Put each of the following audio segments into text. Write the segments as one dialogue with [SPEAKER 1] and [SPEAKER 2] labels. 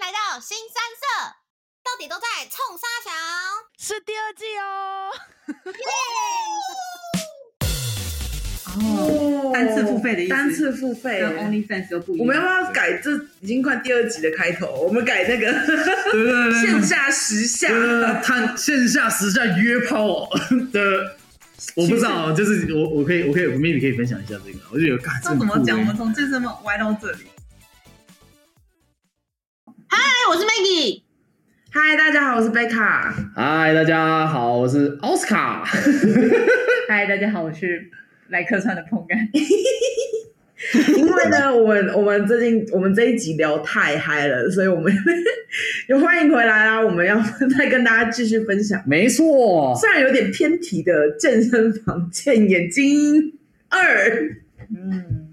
[SPEAKER 1] 来到新三社，到底都在冲沙墙。
[SPEAKER 2] 是第二季哦。
[SPEAKER 3] 哦，
[SPEAKER 4] 单次付费的意思，
[SPEAKER 3] 单次付费
[SPEAKER 4] 跟。OnlyFans 又不一
[SPEAKER 3] 我
[SPEAKER 4] 样。
[SPEAKER 3] 们要不要改这已经快第二集的开头？我们改那 个
[SPEAKER 5] 对对对对
[SPEAKER 3] 线下时下，
[SPEAKER 5] 呃，他线下实战约 炮的，我不知道，就是我我可以我可以 maybe 可以分享一下这个，我就有感
[SPEAKER 4] 知道怎么讲？我们从这这 么歪到这里，
[SPEAKER 1] 嗨，哎我是 Maggie，
[SPEAKER 3] 嗨，大家好，我是贝卡。
[SPEAKER 5] 嗨，大家好，我是奥斯 卡。
[SPEAKER 4] 嗨，大家好，我是来客串的碰干。
[SPEAKER 3] 因为呢，我们我们最近我们这一集聊太嗨了，所以我们 有欢迎回来啦。我们要 再跟大家继续分享，
[SPEAKER 5] 没错，
[SPEAKER 3] 虽然有点偏题的健身房见眼睛二。
[SPEAKER 4] 嗯，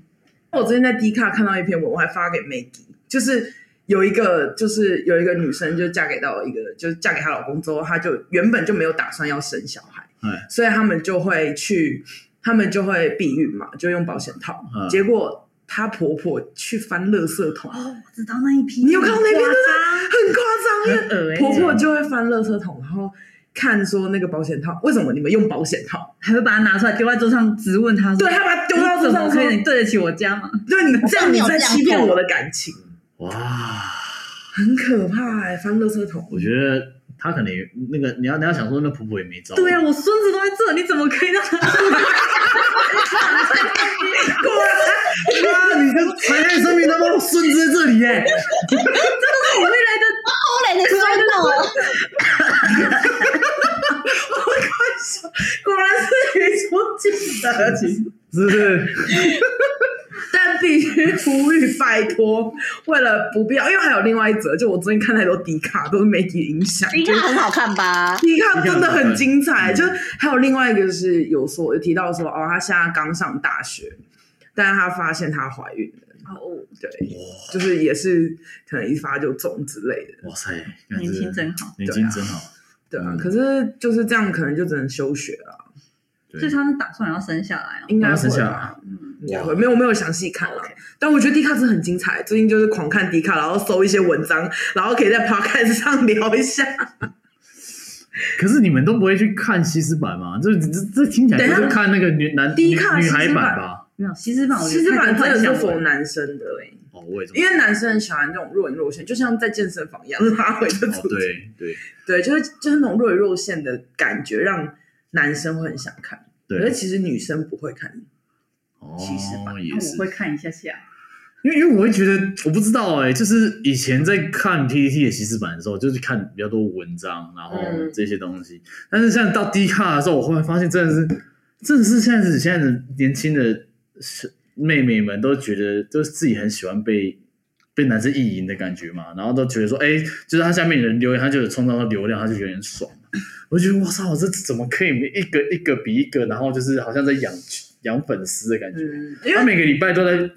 [SPEAKER 3] 我最近在 D 卡看到一篇文，我还发给 Maggie，就是有一个就是有一个女生就嫁给到一个，就是嫁给她老公之后，她就原本就没有打算要生小孩，
[SPEAKER 5] 哎
[SPEAKER 3] 所以他们就会去，他们就会避孕嘛，就用保险套，
[SPEAKER 5] 嗯
[SPEAKER 3] 结果她婆婆去翻垃圾桶，
[SPEAKER 4] 哦，我知道那一批，啊
[SPEAKER 3] 你有看到那篇对不对？很夸张，因为
[SPEAKER 4] 很恶欸
[SPEAKER 3] 婆婆就会翻垃圾桶，然后看说那个保险套为什么你们用保险套？
[SPEAKER 4] 还会把它拿出来丢在桌上，质问他说：“
[SPEAKER 3] 对，她把它丢到桌
[SPEAKER 4] 怎
[SPEAKER 3] 上
[SPEAKER 4] 么可以？
[SPEAKER 3] 说
[SPEAKER 4] 嗯你对得起我家吗
[SPEAKER 3] 对你这样你在欺骗我的感情。
[SPEAKER 5] 哇，
[SPEAKER 3] 很可怕哎、翻垃圾桶。
[SPEAKER 5] 我觉得他可能也那个你要你要想说那婆婆也没招？”，
[SPEAKER 4] 对呀、啊我孙子都在这，你怎么可以让他？
[SPEAKER 5] 哇，你的财产生命他妈孙子在这里耶，
[SPEAKER 4] 我未来的
[SPEAKER 1] 欧雷的酸哦，
[SPEAKER 3] 果然是女出镜的，
[SPEAKER 5] 是不是？
[SPEAKER 3] 但必须呼吁，拜托，为了不必要，因为还有另外一则，就我最近看太多迪卡都是媒体影响，
[SPEAKER 1] 迪卡很好看吧？
[SPEAKER 3] 迪卡真的很精彩。
[SPEAKER 5] 嗯
[SPEAKER 3] 就还有另外一个是有说有提到说，哦，她现在刚上大学，但是她发现她怀孕了，
[SPEAKER 4] 哦，
[SPEAKER 3] 对，就是也是可能一发就中之类的，
[SPEAKER 5] 哇塞，感觉
[SPEAKER 4] 年轻真好。
[SPEAKER 5] 年轻真好，
[SPEAKER 3] 对啊。
[SPEAKER 5] 嗯
[SPEAKER 3] 可是就是这样，可能就只能休学了，
[SPEAKER 5] 对
[SPEAKER 4] 所以他们打算要生下来哦。
[SPEAKER 3] 应该
[SPEAKER 5] 然后
[SPEAKER 3] 会
[SPEAKER 5] 生下
[SPEAKER 3] 吧
[SPEAKER 5] 来。
[SPEAKER 4] 嗯，
[SPEAKER 3] 也会没有没有详细看了但我觉得迪卡真的很精彩。最近就是狂看迪卡，然后搜一些文章，然后可以在 podcast 上聊一下。
[SPEAKER 5] 可是你们都不会去看西施版吗？这这这听起来
[SPEAKER 3] 等一下
[SPEAKER 5] 就是看那个女男
[SPEAKER 3] 第一
[SPEAKER 5] 女
[SPEAKER 3] 看
[SPEAKER 5] 女
[SPEAKER 3] 西施
[SPEAKER 5] 孩
[SPEAKER 3] 版
[SPEAKER 5] 版吧？
[SPEAKER 4] 没有西施版，我觉
[SPEAKER 3] 其
[SPEAKER 4] 得
[SPEAKER 3] 实
[SPEAKER 4] 哦太
[SPEAKER 3] 版
[SPEAKER 4] 多
[SPEAKER 3] 真的
[SPEAKER 4] 幻想
[SPEAKER 3] 是
[SPEAKER 4] 文
[SPEAKER 3] 否男生的，欸
[SPEAKER 4] 对，
[SPEAKER 5] 哦，我也这么
[SPEAKER 3] 因为男生很喜欢这种若隐若现，就像在健身房一样拉回就
[SPEAKER 5] 哦，对对
[SPEAKER 3] 对，就是就是那种若隐若现的感觉，让男生会很想看。可是
[SPEAKER 5] 对，
[SPEAKER 3] 其实女生不会看，
[SPEAKER 5] 哦
[SPEAKER 3] 西施版
[SPEAKER 5] 也
[SPEAKER 4] 那
[SPEAKER 5] 是
[SPEAKER 4] 我，会看一下下。
[SPEAKER 5] 因为因为我会觉得我不知道哎、就是以前在看 PPT 的西施版的时候，就是看比较多文章，然后
[SPEAKER 3] 嗯
[SPEAKER 5] 这些东西。但是像到 D 卡的时候，我后来发现真的是，真的是现在是现在的年轻的是妹妹们都觉得，就是自己很喜欢被。被男生意淫的感觉嘛，然后都觉得说，哎、就是他下面有人留言，他就有冲到流量，他就有点爽。我就觉得，哇操，这怎么可以一个一个比一个，然后就是好像在养养粉丝的感觉。
[SPEAKER 3] 嗯，因为
[SPEAKER 5] 他每个礼拜都在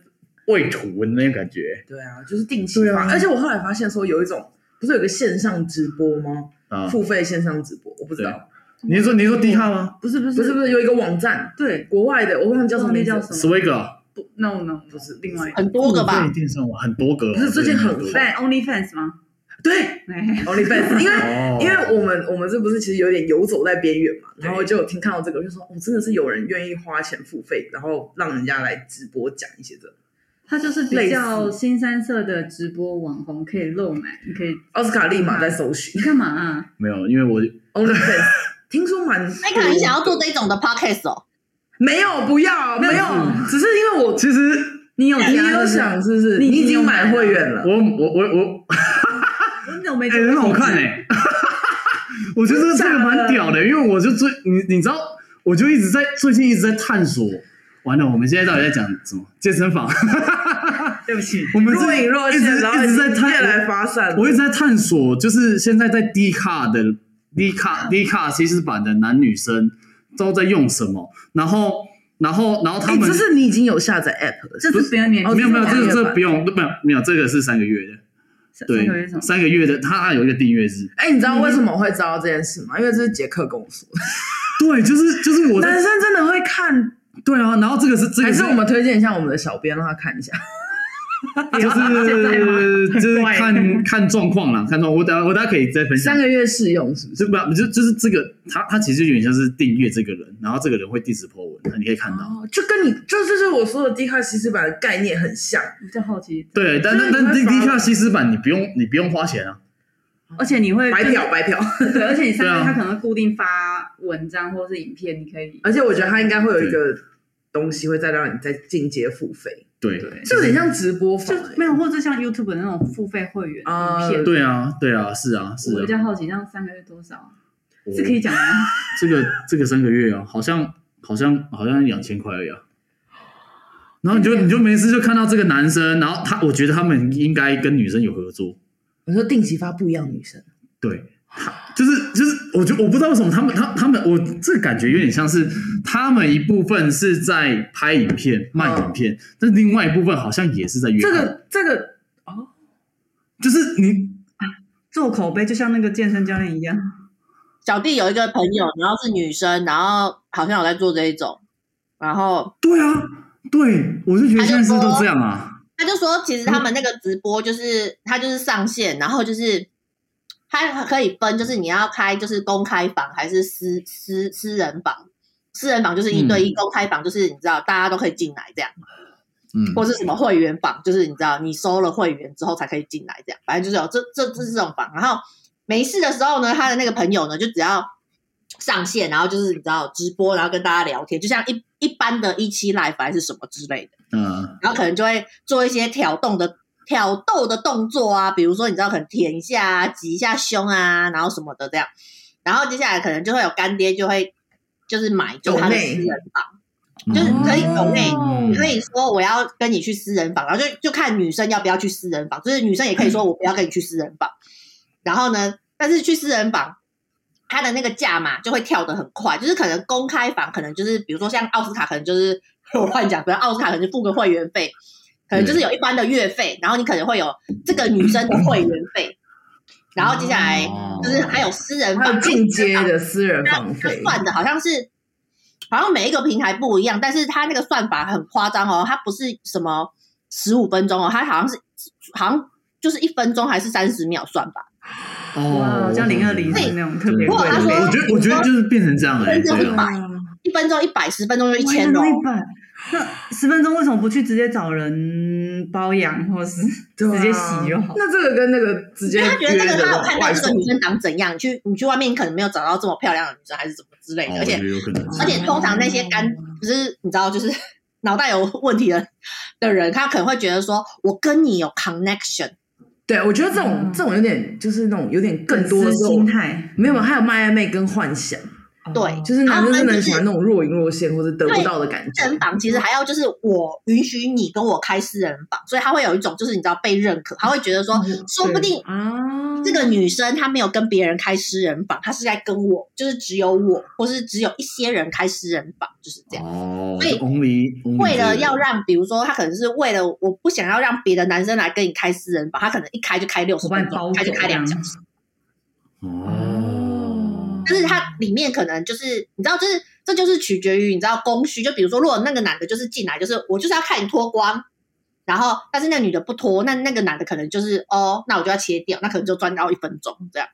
[SPEAKER 5] 喂图的那种感觉
[SPEAKER 3] 对啊，就是定期发。而且我后来发现说，有一种不是有个线上直播吗？
[SPEAKER 5] 啊。
[SPEAKER 3] 付费线上直播，我不知道，
[SPEAKER 5] 你是说你是说低卡吗
[SPEAKER 4] 不是不是
[SPEAKER 3] 不是不是有一个网站，
[SPEAKER 4] 对
[SPEAKER 3] 国外的，我忘了叫什么名字，
[SPEAKER 4] 叫什么
[SPEAKER 5] ？Swag 啊
[SPEAKER 4] 不，no no，
[SPEAKER 3] 不是
[SPEAKER 4] 另外一个，
[SPEAKER 1] 很多个吧
[SPEAKER 5] 对，？电商网很多个，
[SPEAKER 3] 可是最近很
[SPEAKER 5] 多
[SPEAKER 3] 火
[SPEAKER 4] 在 OnlyFans 吗？
[SPEAKER 3] 对
[SPEAKER 4] 哎，
[SPEAKER 3] OnlyFans，因为。
[SPEAKER 5] 哦，
[SPEAKER 3] 因为我们我们这不是其实有点游走在边缘嘛，
[SPEAKER 5] 对
[SPEAKER 3] 然后就有听看到这个，我就说哦，真的是有人愿意花钱付费，然后让人家来直播讲一些这个。
[SPEAKER 4] 它就是
[SPEAKER 3] 类
[SPEAKER 4] 比
[SPEAKER 3] 似
[SPEAKER 4] 较新三色的直播网红，可以露奶，你可以
[SPEAKER 3] 奥斯卡立马在搜
[SPEAKER 4] 你
[SPEAKER 3] 寻
[SPEAKER 4] 干嘛啊？
[SPEAKER 5] 没有，因为我
[SPEAKER 3] OnlyFans，听说蛮多
[SPEAKER 1] 贝卡，你想要做这种的 podcast 哦？
[SPEAKER 3] 没有不要没
[SPEAKER 4] 没有
[SPEAKER 3] 有，只是因为我
[SPEAKER 5] 其实
[SPEAKER 4] 你有
[SPEAKER 3] 你
[SPEAKER 4] 加
[SPEAKER 3] 有想是不是？
[SPEAKER 4] 你
[SPEAKER 3] 已
[SPEAKER 4] 你
[SPEAKER 3] 经
[SPEAKER 4] 有买
[SPEAKER 3] 买
[SPEAKER 4] 了
[SPEAKER 3] 会员了
[SPEAKER 5] 我，我我我，
[SPEAKER 4] 真的我没
[SPEAKER 5] 哎，很好看哎， 我觉得这个蛮屌的，因为我就最你你知道，我就一直在最近一直在探索。完了，我们现在到底在讲什么？健身房，
[SPEAKER 4] 对不起，
[SPEAKER 5] 我们
[SPEAKER 3] 若隐若
[SPEAKER 5] 一直
[SPEAKER 3] 现，然后
[SPEAKER 5] 一直在探
[SPEAKER 3] 越来发散。
[SPEAKER 5] 我一直在探索，就是现在在 D 卡的 D 卡 D 卡西施版的男女生都在用什么，然后然后然后他
[SPEAKER 3] 哎，
[SPEAKER 5] 们、
[SPEAKER 3] 这是你已经有下载 app 了，
[SPEAKER 4] 这是别人年
[SPEAKER 3] 哦
[SPEAKER 5] 没有没有，
[SPEAKER 3] 这
[SPEAKER 5] 这
[SPEAKER 3] 是两
[SPEAKER 5] 个这
[SPEAKER 3] 个
[SPEAKER 5] 个
[SPEAKER 3] 版
[SPEAKER 5] 不用，没有没有，这个是三个月的，
[SPEAKER 4] 三
[SPEAKER 5] 对，
[SPEAKER 4] 三个月什么？
[SPEAKER 5] 三个月的，它有一个订阅制，
[SPEAKER 3] 哎，你知道为什么我会知道这件事吗？因为这是杰克跟我说的，
[SPEAKER 5] 对，就是就是我
[SPEAKER 3] 男
[SPEAKER 5] 在
[SPEAKER 3] 生真的会看
[SPEAKER 5] 对啊，然后这个是这
[SPEAKER 3] 还
[SPEAKER 5] 个
[SPEAKER 3] 是我们推荐一下我们的小编，让他看一下。
[SPEAKER 5] 就
[SPEAKER 4] 现在吗
[SPEAKER 5] 是就是
[SPEAKER 4] 很怪
[SPEAKER 5] 看看状况啦，看状况。我等下我大家可以再分享
[SPEAKER 3] 三。个月试用是不是？
[SPEAKER 5] 就不就就是这个，他他其实有点像是订阅这个人，然后这个人会地址 po 文，那你可以看到。
[SPEAKER 3] 哦，就跟你就就是我说的低卡西斯版的概念很像，
[SPEAKER 4] 比较好奇，
[SPEAKER 5] 对，但
[SPEAKER 3] 所以
[SPEAKER 5] 但
[SPEAKER 3] 你
[SPEAKER 5] 但
[SPEAKER 3] 会
[SPEAKER 5] 低
[SPEAKER 3] 发
[SPEAKER 5] 低卡西斯版你不用你不用花钱啊，
[SPEAKER 4] 而且你会
[SPEAKER 3] 白嫖白嫖。
[SPEAKER 4] 对，而且你上
[SPEAKER 5] 对啊
[SPEAKER 4] 面它可能会固定发文章或是影片，你可以，
[SPEAKER 3] 而且我觉得它应该会有一个东西会再让你再进阶付费，
[SPEAKER 5] 对
[SPEAKER 4] 对
[SPEAKER 3] 就有点像直播
[SPEAKER 4] 就
[SPEAKER 3] 房、欸
[SPEAKER 4] 没有，或者像 YouTube 的那种付费会员
[SPEAKER 3] 啊
[SPEAKER 4] 影片，
[SPEAKER 5] 对哦啊对啊是啊是
[SPEAKER 4] 我比
[SPEAKER 5] 啊，
[SPEAKER 4] 较好奇，这样三个月多少啊
[SPEAKER 5] 我
[SPEAKER 4] 是可以讲的吗？
[SPEAKER 5] 这个这个三个月啊，好像好像好像两千块而已啊。然后你就
[SPEAKER 4] 啊
[SPEAKER 5] 你就没事就看到这个男生，然后他我觉得他们应该跟女生有合作，
[SPEAKER 3] 你说定期发不一样女生，
[SPEAKER 5] 对，他就是就是，我觉得我不知道为什么他们他他们我这个感觉有点像是他们一部分是在拍影片卖影
[SPEAKER 4] 嗯
[SPEAKER 5] 片，但另外一部分好像也是在约
[SPEAKER 3] 这
[SPEAKER 5] 炮，
[SPEAKER 3] 个这个
[SPEAKER 5] 就是你
[SPEAKER 4] 做口碑就像那个健身教练一样，
[SPEAKER 6] 小弟有一个朋友，然后是女生，然后好像有在做这一种，然后
[SPEAKER 5] 对啊，对我就觉得
[SPEAKER 6] 他就
[SPEAKER 5] 现在是不是都
[SPEAKER 6] 说
[SPEAKER 5] 这样啊，
[SPEAKER 6] 他就说，其实他们那个直播就是他就是上线，然后就是他可以分，就是你要开就是公开房还是私私私人房。私人房就是一对
[SPEAKER 1] 嗯
[SPEAKER 6] 一，公开房就是你知道大家都可以进来这样，
[SPEAKER 5] 嗯，
[SPEAKER 6] 或是什么会员房，就是你知道你收了会员之后才可以进来这样，反正就是有这这这是这种房。然后没事的时候呢，他的那个朋友呢，就只要上线，然后就是你知道直播，然后跟大家聊天，就像一一般的一期 live 还是什么之类的。
[SPEAKER 5] 嗯
[SPEAKER 6] 然后可能就会做一些挑动的挑逗的动作啊，比如说你知道，可能舔一下啊、挤一下胸啊，然后什么的这样。然后接下来可能就会有干爹就会就是买就他的私人房，就是可以抖内。
[SPEAKER 5] 嗯
[SPEAKER 6] 你可以说我要跟你去私人房，然后就就看女生要不要去私人房，就是女生也可以
[SPEAKER 3] 嗯
[SPEAKER 6] 说我不要跟你去私人房。然后呢，但是去私人房，它的那个价码就会跳得很快，就是可能公开房可能就是比如说像奥斯卡，可能就是 我乱讲，可能奥斯卡可能就付个会员费，可能就是有一般的月费，然后你可能会有这个女生的会员费，然后接下来就是还有私人
[SPEAKER 3] 还有
[SPEAKER 6] 房
[SPEAKER 3] 进阶的私人
[SPEAKER 6] 那
[SPEAKER 3] 房
[SPEAKER 6] 他
[SPEAKER 3] 费，
[SPEAKER 6] 算的好像是，好像每一个平台不一样，但是他那个算法很夸张哦，它不是什么十五分钟哦，它好像是好像就是一分钟还是三十秒算吧，
[SPEAKER 5] 哦，
[SPEAKER 4] 像零二零
[SPEAKER 6] 对
[SPEAKER 4] 那种特别
[SPEAKER 6] 如果
[SPEAKER 4] 贵
[SPEAKER 6] 他
[SPEAKER 4] 的
[SPEAKER 6] 说
[SPEAKER 5] 我觉得我觉得就是变成这样哎、
[SPEAKER 6] 分钟
[SPEAKER 5] 对
[SPEAKER 6] 一
[SPEAKER 5] 啊，
[SPEAKER 6] 百，一分钟一百，十分钟就一千哦喽
[SPEAKER 4] 哇。那100那十分钟为什么不去直接找人包养，或是
[SPEAKER 3] 对啊
[SPEAKER 4] 直接洗就好？
[SPEAKER 3] 那这个跟那个直接
[SPEAKER 6] 因为他觉得
[SPEAKER 3] 约
[SPEAKER 6] 这个
[SPEAKER 3] 的
[SPEAKER 6] 他有
[SPEAKER 3] 往
[SPEAKER 6] 看到
[SPEAKER 3] 外
[SPEAKER 6] 这个
[SPEAKER 3] 送
[SPEAKER 6] 女生长怎样，你去你去外面可能没有找到这么漂亮的女生，还是怎么之类
[SPEAKER 5] 哦
[SPEAKER 6] 的，
[SPEAKER 5] 我
[SPEAKER 6] 而且
[SPEAKER 5] 觉得有可能是，
[SPEAKER 6] 而且通常那些干不是你知道，就是 脑袋有问题的的人，他可能会觉得说，我跟你有 connection，
[SPEAKER 3] 对，我觉得这种
[SPEAKER 4] 嗯
[SPEAKER 3] 这种有点就是那种有点更多的
[SPEAKER 4] 粉丝
[SPEAKER 3] 这种
[SPEAKER 4] 心态，
[SPEAKER 3] 没有，还有卖暧昧跟幻想，
[SPEAKER 4] 哦
[SPEAKER 6] 对
[SPEAKER 3] 就是男生真的很喜欢那种若隐若现或者得不到的感
[SPEAKER 6] 私
[SPEAKER 3] 觉
[SPEAKER 6] 人。房其实还要就是我允许你跟我开私人房，所以他会有一种就是你知道被认可，他会觉得说，
[SPEAKER 4] 嗯
[SPEAKER 6] 说不定
[SPEAKER 3] 啊，
[SPEAKER 6] 这个女生她没有跟别人开私人房，她是在跟我，就是只有我，或是只有一些人开私人房，就是这样。
[SPEAKER 5] 哦，
[SPEAKER 6] 所以
[SPEAKER 5] 就 only only
[SPEAKER 6] 为了
[SPEAKER 5] 这个
[SPEAKER 6] 要让，比如说他可能是为了我不想要让别的男生来跟你开私人房，他可能一开就开六十
[SPEAKER 4] 我帮你
[SPEAKER 6] 分
[SPEAKER 4] 包
[SPEAKER 6] 钟，他就开两小时。
[SPEAKER 5] 哦，
[SPEAKER 6] 但是它里面可能就是你知道，就是这就是取决于你知道供需。就比如说，如果那个男的就是进来，就是我就是要看你脱光，然后但是那女的不脱，那那个男的可能就是哦，那我就要切掉，那可能就赚到一分钟这样。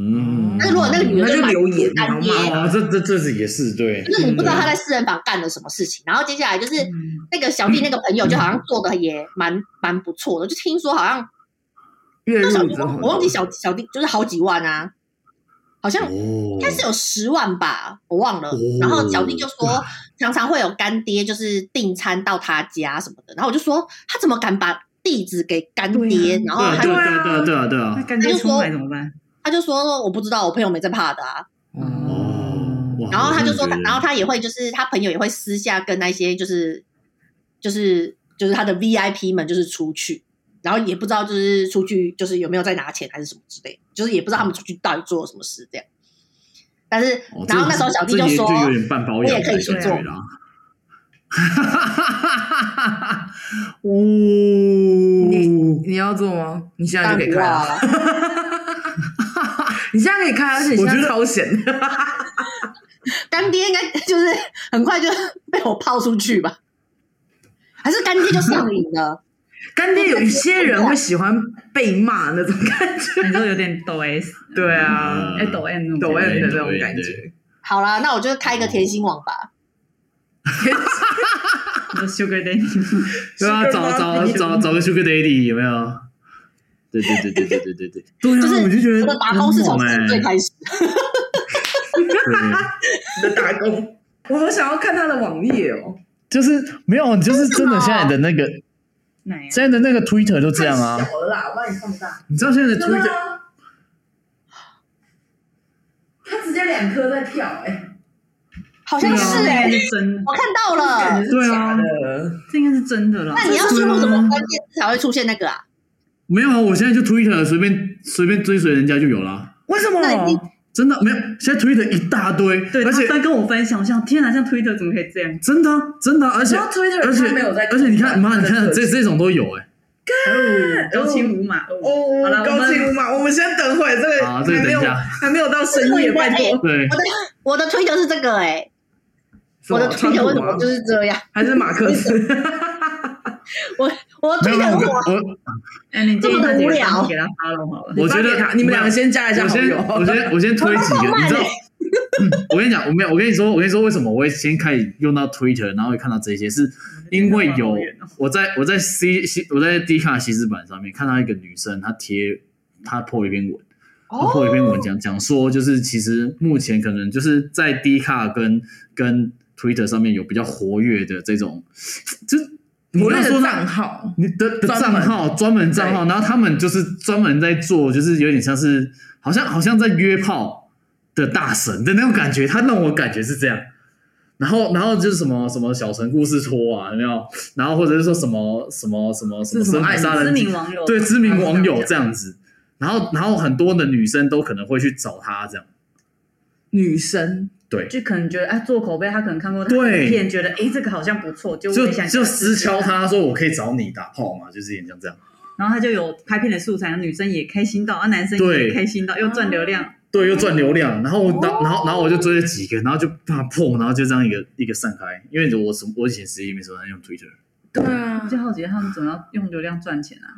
[SPEAKER 5] 嗯，
[SPEAKER 6] 但是如果那个女的
[SPEAKER 3] 那就
[SPEAKER 6] 买
[SPEAKER 3] 留言然
[SPEAKER 6] 干
[SPEAKER 3] 后
[SPEAKER 6] 爹，
[SPEAKER 3] 骂
[SPEAKER 5] 哦，这这这是也是对，
[SPEAKER 6] 就是你不知道
[SPEAKER 5] 对
[SPEAKER 6] 他在私人房干了什么事情。然后接下来就是
[SPEAKER 3] 嗯
[SPEAKER 6] 那个小弟那个朋友，就好像做的也蛮蛮不错的，就听说好像
[SPEAKER 3] 嗯月
[SPEAKER 6] 那小
[SPEAKER 3] 入
[SPEAKER 6] 弟
[SPEAKER 3] 之后，
[SPEAKER 6] 我忘记小小弟就是好几万啊，好像
[SPEAKER 5] 哦
[SPEAKER 6] 应，该是有十万吧，我忘了
[SPEAKER 5] 哦。
[SPEAKER 6] 然后小弟就说，常常会有干爹就是订餐到他家什么的，然后我就说他怎么敢把地址给干爹？然后
[SPEAKER 5] 对啊
[SPEAKER 6] 他
[SPEAKER 5] 对
[SPEAKER 6] 就
[SPEAKER 5] 啊对啊对啊对
[SPEAKER 4] 那
[SPEAKER 5] 啊，
[SPEAKER 4] 干爹出来怎么办？
[SPEAKER 6] 他就说哦我不知道，我朋友没在怕的啊。
[SPEAKER 5] 哦，哇
[SPEAKER 6] 然后他就说
[SPEAKER 5] 我真的觉，得
[SPEAKER 6] 然后他也会就是他朋友也会私下跟那些就是就是就是他的 VIP 们就是出去，然后也不知道就是出去就是有没有在拿钱还是什么之类的，就是也不知道他们出去到底做了什么事这样。但是，
[SPEAKER 5] 哦
[SPEAKER 6] 然后
[SPEAKER 5] 这
[SPEAKER 6] 那时候小弟
[SPEAKER 5] 这也
[SPEAKER 6] 说，
[SPEAKER 5] 就有点半包
[SPEAKER 6] 我
[SPEAKER 5] 养
[SPEAKER 6] 也可以去
[SPEAKER 5] 的
[SPEAKER 6] 做
[SPEAKER 5] 感 觉啦。哦，
[SPEAKER 3] 你要做吗？你现在
[SPEAKER 6] 当
[SPEAKER 3] 就
[SPEAKER 6] 然
[SPEAKER 3] 可以
[SPEAKER 6] 不
[SPEAKER 3] 开
[SPEAKER 6] 要
[SPEAKER 3] 了，
[SPEAKER 6] 啊。
[SPEAKER 3] 你现在可以开，而且你现
[SPEAKER 5] 我觉
[SPEAKER 3] 在
[SPEAKER 5] 得
[SPEAKER 3] 超闲的。
[SPEAKER 6] 干爹应该就是 很快就被我抛出去吧？还是干爹就上瘾了？
[SPEAKER 3] 干爹有一些人会喜欢被骂那种感觉，
[SPEAKER 4] 你说有点抖 S，
[SPEAKER 3] 对啊，
[SPEAKER 4] 哎抖 M 那
[SPEAKER 3] 抖
[SPEAKER 4] 种感觉
[SPEAKER 3] M 的那
[SPEAKER 5] 抖 M，
[SPEAKER 3] 种感觉
[SPEAKER 5] 对。
[SPEAKER 6] 好啦，那我就开一个甜心网吧。
[SPEAKER 4] 你说 Sugar Daddy，
[SPEAKER 5] 对啊，找找找找个 Sugar Daddy 有没有？对对对对对对对对， 对
[SPEAKER 6] 就是
[SPEAKER 5] 啊，我就觉
[SPEAKER 6] 我
[SPEAKER 5] 得
[SPEAKER 6] 的打工是从
[SPEAKER 5] 很猛欸
[SPEAKER 6] 最开始，
[SPEAKER 5] 对
[SPEAKER 3] 你的打工，我好想要看他的网页哦，
[SPEAKER 5] 就是没有，就是真的现在的那个
[SPEAKER 4] 哪呀？
[SPEAKER 5] 现在的那个 Twitter 都这样
[SPEAKER 3] 太
[SPEAKER 5] 啊，
[SPEAKER 3] 小了啦，我帮你放大，
[SPEAKER 5] 你知道现在的
[SPEAKER 3] 真的
[SPEAKER 5] Twitter
[SPEAKER 3] 吗？他直接两颗在跳，哎，
[SPEAKER 6] 好
[SPEAKER 5] 欸
[SPEAKER 6] 像是
[SPEAKER 4] 对啊
[SPEAKER 6] 哎、
[SPEAKER 4] 这应该是真，
[SPEAKER 6] 我看到
[SPEAKER 3] 感
[SPEAKER 6] 了。
[SPEAKER 5] 啊
[SPEAKER 3] 觉是假的。
[SPEAKER 4] 这应该是真的啦。
[SPEAKER 6] 那你要输
[SPEAKER 4] 对啊
[SPEAKER 6] 入什么关键字才会出现那个啊？
[SPEAKER 5] 没有啊，我现在就 Twitter 随便随便追随人家就有啦。
[SPEAKER 3] 为什么
[SPEAKER 6] 那你
[SPEAKER 5] 真的没有，现在 Twitter 一大堆，
[SPEAKER 4] 对，
[SPEAKER 5] 而且
[SPEAKER 4] 他跟我分享，我想天啊哪，像 Twitter 怎么可以这样？
[SPEAKER 5] 真的啊真的啊，而且
[SPEAKER 3] 然后 Twitter
[SPEAKER 5] 而且
[SPEAKER 3] 它没有在
[SPEAKER 5] 而且你看，妈，你
[SPEAKER 3] 真
[SPEAKER 5] 看
[SPEAKER 3] 的
[SPEAKER 5] 这这种都有哎，
[SPEAKER 3] 嗯
[SPEAKER 4] 哦，高清无码哦。
[SPEAKER 3] 哦，
[SPEAKER 4] 好了，我
[SPEAKER 3] 高清无
[SPEAKER 4] 们
[SPEAKER 3] 码，我们先等会儿，这个
[SPEAKER 5] 好啊这个
[SPEAKER 3] 还没有
[SPEAKER 5] 等一下
[SPEAKER 3] 还没有到深夜，拜托。
[SPEAKER 5] 对
[SPEAKER 6] 我，的我的推特是这个哎、我
[SPEAKER 5] 啊
[SPEAKER 6] 的推特为什么就是这样？
[SPEAKER 3] 还是马克思？
[SPEAKER 6] 我我的
[SPEAKER 5] 没
[SPEAKER 6] 推
[SPEAKER 5] 有没
[SPEAKER 6] 特
[SPEAKER 5] 有
[SPEAKER 6] 我
[SPEAKER 5] 我我
[SPEAKER 4] 哎，你建议大
[SPEAKER 6] 这么
[SPEAKER 4] 姐
[SPEAKER 6] 无聊
[SPEAKER 4] 帮我给他 follow 好了。
[SPEAKER 5] 我觉得
[SPEAKER 3] 你们两个先加一下
[SPEAKER 5] 我
[SPEAKER 3] 好
[SPEAKER 5] 先
[SPEAKER 3] 友。
[SPEAKER 5] 我先我先推几个，你知道？嗯 我跟你讲，我没有，我跟你说，我跟你说，为什么我会先开始用到 Twitter，然后会看到这些，是因为有我在我在 C C 我在 D 卡西斯版上面看到一个女生，她贴她 po 了一篇文，她 po 了一篇文讲讲说，就是其实目前可能就是在 D 卡跟跟 Twitter 上面有比较活跃的这种，就你
[SPEAKER 3] 我
[SPEAKER 5] 要
[SPEAKER 3] 那
[SPEAKER 5] 说
[SPEAKER 3] 个
[SPEAKER 5] 那
[SPEAKER 3] 账号，
[SPEAKER 5] 你的的
[SPEAKER 3] 专
[SPEAKER 5] 账
[SPEAKER 3] 门
[SPEAKER 5] 号专门账号，然后他们就是专门在做，就是有点像是好像好像在约炮的大神的那种感觉，他让我感觉是这样。然后然后就是什么什么小城故事托啊，有没有？然后或者是说什么什么什么什么
[SPEAKER 3] 是什
[SPEAKER 5] 生
[SPEAKER 3] 么
[SPEAKER 5] 母杀
[SPEAKER 4] 知
[SPEAKER 5] 人
[SPEAKER 4] 名
[SPEAKER 5] 记，
[SPEAKER 4] 网友
[SPEAKER 5] 对知名网友这
[SPEAKER 4] 样，
[SPEAKER 5] 样子。然后然后很多的女生都可能会去找他这样，
[SPEAKER 3] 女生
[SPEAKER 5] 对，
[SPEAKER 4] 就可能觉得哎做口碑，他可能看过他
[SPEAKER 5] 对
[SPEAKER 4] 影片，觉得哎这个好像不错，就
[SPEAKER 5] 就
[SPEAKER 4] 我也想
[SPEAKER 5] 就私敲
[SPEAKER 4] 试试看。
[SPEAKER 5] 他说我可以找你打炮嘛，就是有点像这样。
[SPEAKER 4] 然后他就有拍片的素材，女生也开心到，啊男生也
[SPEAKER 5] 对
[SPEAKER 4] 开心到，又赚流量。
[SPEAKER 5] 对，又赚流量，然
[SPEAKER 3] 哦
[SPEAKER 5] 后然然后然后我就追了几个，然后就怕碰，然后就这样一个一个散开，因为我什么我以前实际没什么在用 Twitter，
[SPEAKER 3] 对啊
[SPEAKER 4] 我，就好奇他们怎么要用流量赚钱啊？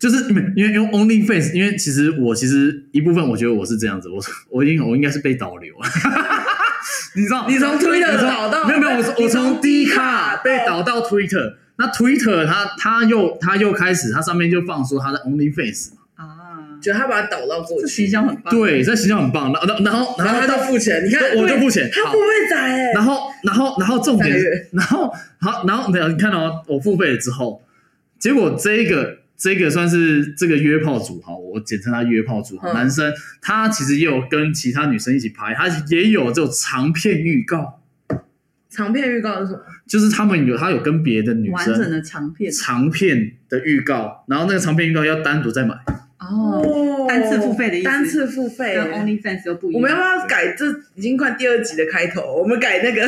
[SPEAKER 5] 就是因为因为用 OnlyFans，因为其实我其实一部分我觉得我是这样子，我我应我应该是被导流， 你知道
[SPEAKER 3] 你从 Twitter 导到
[SPEAKER 5] 没有没有，我从我从 D 卡
[SPEAKER 3] 对
[SPEAKER 5] 被导到 Twitter，那 Twitter 它它又它又开始，它上面就放说它的 OnlyFans，
[SPEAKER 4] 啊，
[SPEAKER 3] 觉得他把它导到过
[SPEAKER 4] 这
[SPEAKER 3] 去
[SPEAKER 4] 形，象很棒。
[SPEAKER 5] 对，这形象很棒，然后然后
[SPEAKER 3] 然后他
[SPEAKER 5] 到
[SPEAKER 3] 就付钱，你看
[SPEAKER 5] 我就付钱，
[SPEAKER 3] 他
[SPEAKER 5] 好
[SPEAKER 3] 不会宰哎，
[SPEAKER 5] 然后，然后，然后重点
[SPEAKER 3] 三个月，
[SPEAKER 5] 然后好，然后没有，你看哦，我付费了之后，结果这个这个算是这个约炮组哈，我简称他约炮组哈，
[SPEAKER 3] 嗯
[SPEAKER 5] 男生他其实也有跟其他女生一起拍，他也有这种长片预告，
[SPEAKER 3] 长片预告是什么？
[SPEAKER 5] 就是他们有他有跟别的女
[SPEAKER 4] 完整
[SPEAKER 5] 生
[SPEAKER 4] 的长片
[SPEAKER 5] 长片的预告，然后那个长片预告要单独再买，
[SPEAKER 4] 哦，单次付费的意思
[SPEAKER 3] 单次付费
[SPEAKER 4] 跟。OnlyFans 又不一
[SPEAKER 3] 我
[SPEAKER 4] 样。
[SPEAKER 3] 们要不要改？这已经快第二集的开头，我们改那 个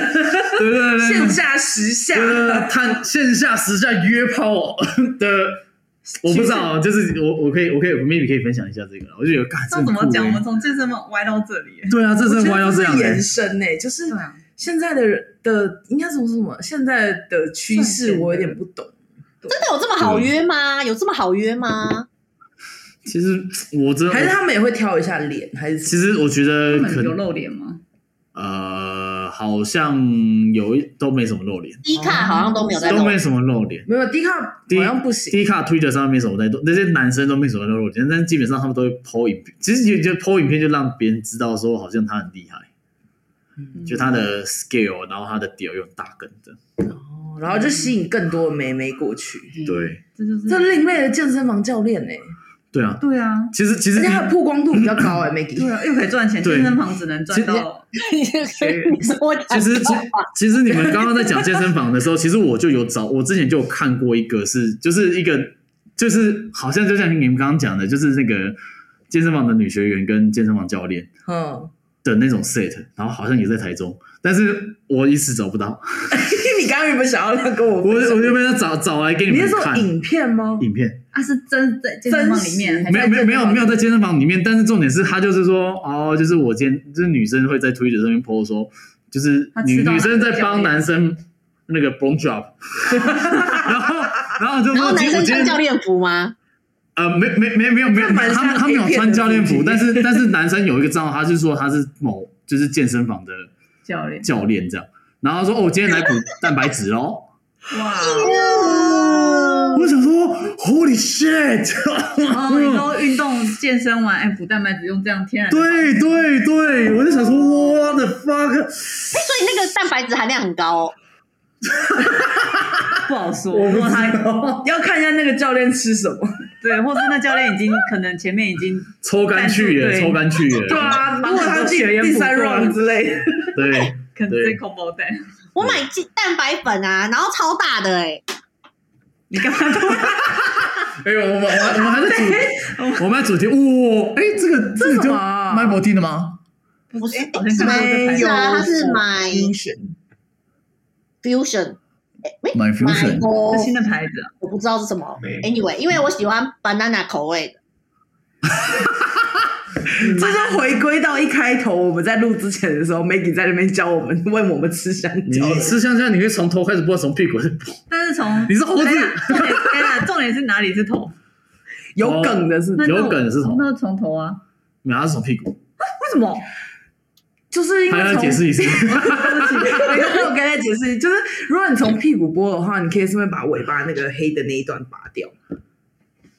[SPEAKER 5] 对对对对
[SPEAKER 3] 线
[SPEAKER 5] 对。
[SPEAKER 3] 下时 下。
[SPEAKER 5] 呃，探线下时下约炮哦 的，我不知道，就是我我可以我可以我 maybe 可以分享一下这个，我就有感
[SPEAKER 4] 知道怎么讲？我们从健身房歪到这里。
[SPEAKER 5] 欸对啊，这
[SPEAKER 3] 我
[SPEAKER 5] 真
[SPEAKER 3] 觉
[SPEAKER 5] 的
[SPEAKER 3] 得
[SPEAKER 5] 歪到
[SPEAKER 3] 这是
[SPEAKER 5] 这样、
[SPEAKER 3] 延
[SPEAKER 5] 欸。
[SPEAKER 3] 伸呢、就是
[SPEAKER 4] 对啊，
[SPEAKER 3] 现在的人的应该说是什么？现在的趋势我有点不懂。
[SPEAKER 6] 真的有这么好约吗？有这么好约吗？
[SPEAKER 5] 其实我真
[SPEAKER 3] 还是
[SPEAKER 5] 的，
[SPEAKER 3] 他们也会挑一下脸，还是
[SPEAKER 5] 其实我觉得
[SPEAKER 4] 他
[SPEAKER 5] 可
[SPEAKER 4] 们有
[SPEAKER 5] 能
[SPEAKER 4] 露脸吗？
[SPEAKER 5] 呃，好像有一都没什么露脸，
[SPEAKER 6] 低卡好像都没有在
[SPEAKER 5] 哦都
[SPEAKER 6] 弄，
[SPEAKER 5] 没什么露脸。
[SPEAKER 3] 没有低卡
[SPEAKER 5] 第一
[SPEAKER 3] 好像不行，
[SPEAKER 5] 第一卡推特上面没什么在动，那些男生都没什么露脸，但是基本上他们都会 PO 影片。其实就就 PO 影片就让别人知道说，好像他很厉害，就他的 scale，然后他的屌又很大根的。
[SPEAKER 3] 哦然后就吸引更多的妹妹过去。
[SPEAKER 5] 对，
[SPEAKER 4] 这就是
[SPEAKER 3] 这另类的健身房教练呢、欸
[SPEAKER 5] 对啊，
[SPEAKER 4] 对啊，
[SPEAKER 5] 其实其
[SPEAKER 3] 而
[SPEAKER 5] 实
[SPEAKER 3] 且他的曝光度比较高哎、m a g g
[SPEAKER 4] 对
[SPEAKER 3] i
[SPEAKER 4] 啊，又可以赚钱。
[SPEAKER 5] 对
[SPEAKER 4] 健身房只能赚到
[SPEAKER 6] 我讲
[SPEAKER 5] 其实，其其实你们刚刚在讲健身房的时候，其实我就有找，我之前就有看过一个是，就是一个，就是好像就像你们刚刚讲的，就是那个健身房的女学员跟健身房教练
[SPEAKER 3] 嗯，
[SPEAKER 5] 的那种 set，然后好像也在台中，但是我一时找不到，
[SPEAKER 3] 你刚刚原本想要跟我
[SPEAKER 5] 我
[SPEAKER 3] 分享
[SPEAKER 5] 我就被他找找来给
[SPEAKER 3] 你
[SPEAKER 5] 们
[SPEAKER 3] 是说
[SPEAKER 5] 看
[SPEAKER 3] 影片吗？
[SPEAKER 5] 影片，
[SPEAKER 4] 啊，是真在健身房里面，还
[SPEAKER 5] 没有
[SPEAKER 4] 是
[SPEAKER 5] 没有没有没有在健身房里面，但是重点是他就是说哦，就是我今天就是女生会在推特上面 po 说，就是
[SPEAKER 4] 她
[SPEAKER 5] 女
[SPEAKER 4] 吃到
[SPEAKER 5] 女生在
[SPEAKER 4] 哪个教
[SPEAKER 5] 帮
[SPEAKER 4] 练
[SPEAKER 5] 男生那个 bone drop，然后然后就
[SPEAKER 6] 然
[SPEAKER 5] 说
[SPEAKER 6] 后
[SPEAKER 5] 我
[SPEAKER 6] 男
[SPEAKER 5] 今天我
[SPEAKER 6] 生
[SPEAKER 5] 今
[SPEAKER 6] 穿
[SPEAKER 5] 天
[SPEAKER 6] 教练服吗？
[SPEAKER 5] 呃，没没没没有没有，
[SPEAKER 3] 这蛮像
[SPEAKER 5] 他们他们有
[SPEAKER 3] A 片
[SPEAKER 5] 穿
[SPEAKER 3] 的
[SPEAKER 5] 教练服
[SPEAKER 3] 东，西
[SPEAKER 5] 但是但是男生有一个账号，他是说他是某就是健身房的
[SPEAKER 3] 教练，
[SPEAKER 5] 教练这样，然后他说哦，我今天来补蛋白质哦。
[SPEAKER 3] 哇，
[SPEAKER 5] 我想说 Holy shit！
[SPEAKER 4] 哦，
[SPEAKER 5] 嗯
[SPEAKER 4] 你说运动健身完，哎，补蛋白质用这样天然的方法
[SPEAKER 5] 对对对，我就想说 What the fuck！
[SPEAKER 6] 哎，所以那个蛋白质含量很高哦。
[SPEAKER 4] 不好说，
[SPEAKER 5] 我不
[SPEAKER 4] 或
[SPEAKER 5] 知
[SPEAKER 4] 他
[SPEAKER 5] 道，
[SPEAKER 3] 要看一下那个教练吃什么。
[SPEAKER 4] 对，或是那教练已经可能前面已经
[SPEAKER 5] 抽干去耶，
[SPEAKER 4] 对
[SPEAKER 5] 抽干去耶，
[SPEAKER 3] 对啊，如果他第
[SPEAKER 4] 血缘
[SPEAKER 3] 第三
[SPEAKER 4] 不过
[SPEAKER 3] round 之类的，
[SPEAKER 5] 对，
[SPEAKER 4] 可能
[SPEAKER 5] 对
[SPEAKER 4] 在 combo 蛋，
[SPEAKER 6] 我买鸡蛋白粉啊，然后超大的哎，
[SPEAKER 4] 你干嘛都
[SPEAKER 5] 哎呦，我们我们我们还在主，我们在主题，哇，哎，这个这个
[SPEAKER 3] 什
[SPEAKER 5] 就
[SPEAKER 3] 么啊
[SPEAKER 5] 麦摩蒂的吗？
[SPEAKER 6] 不是
[SPEAKER 4] 哎
[SPEAKER 6] 不
[SPEAKER 4] 好像
[SPEAKER 6] 是吗？
[SPEAKER 4] 没有
[SPEAKER 6] 不是啊，它是买
[SPEAKER 3] 选
[SPEAKER 6] Fusion，哎，喂
[SPEAKER 5] 买 Fusion
[SPEAKER 6] 买哦
[SPEAKER 4] 是新的牌子啊，
[SPEAKER 6] 我不知道是什么
[SPEAKER 5] 没。
[SPEAKER 6] Anyway，因为我喜欢 banana 口味的，
[SPEAKER 3] 这就回归到一开头我们在录之前的时候，Maggie 在那边教我们，问我们吃香
[SPEAKER 5] 你
[SPEAKER 3] 蕉。
[SPEAKER 5] 吃香蕉，你可以从头开始剥，从屁股开始剥。
[SPEAKER 4] 但是从
[SPEAKER 5] 你是猴子
[SPEAKER 4] 等一下重点等一下重点是哪里是头？
[SPEAKER 3] 有梗的是，
[SPEAKER 4] 那
[SPEAKER 5] 哦有梗是头
[SPEAKER 4] 那从头啊？
[SPEAKER 5] 没有，他是从屁股。
[SPEAKER 4] 为什么？
[SPEAKER 3] 就是因
[SPEAKER 5] 还
[SPEAKER 3] 为
[SPEAKER 5] 要
[SPEAKER 3] 从
[SPEAKER 5] 解释一次，
[SPEAKER 3] 没有，我刚才解释，就是如果你从屁股剥的话，你可以顺便把尾巴那个黑的那一段拔掉，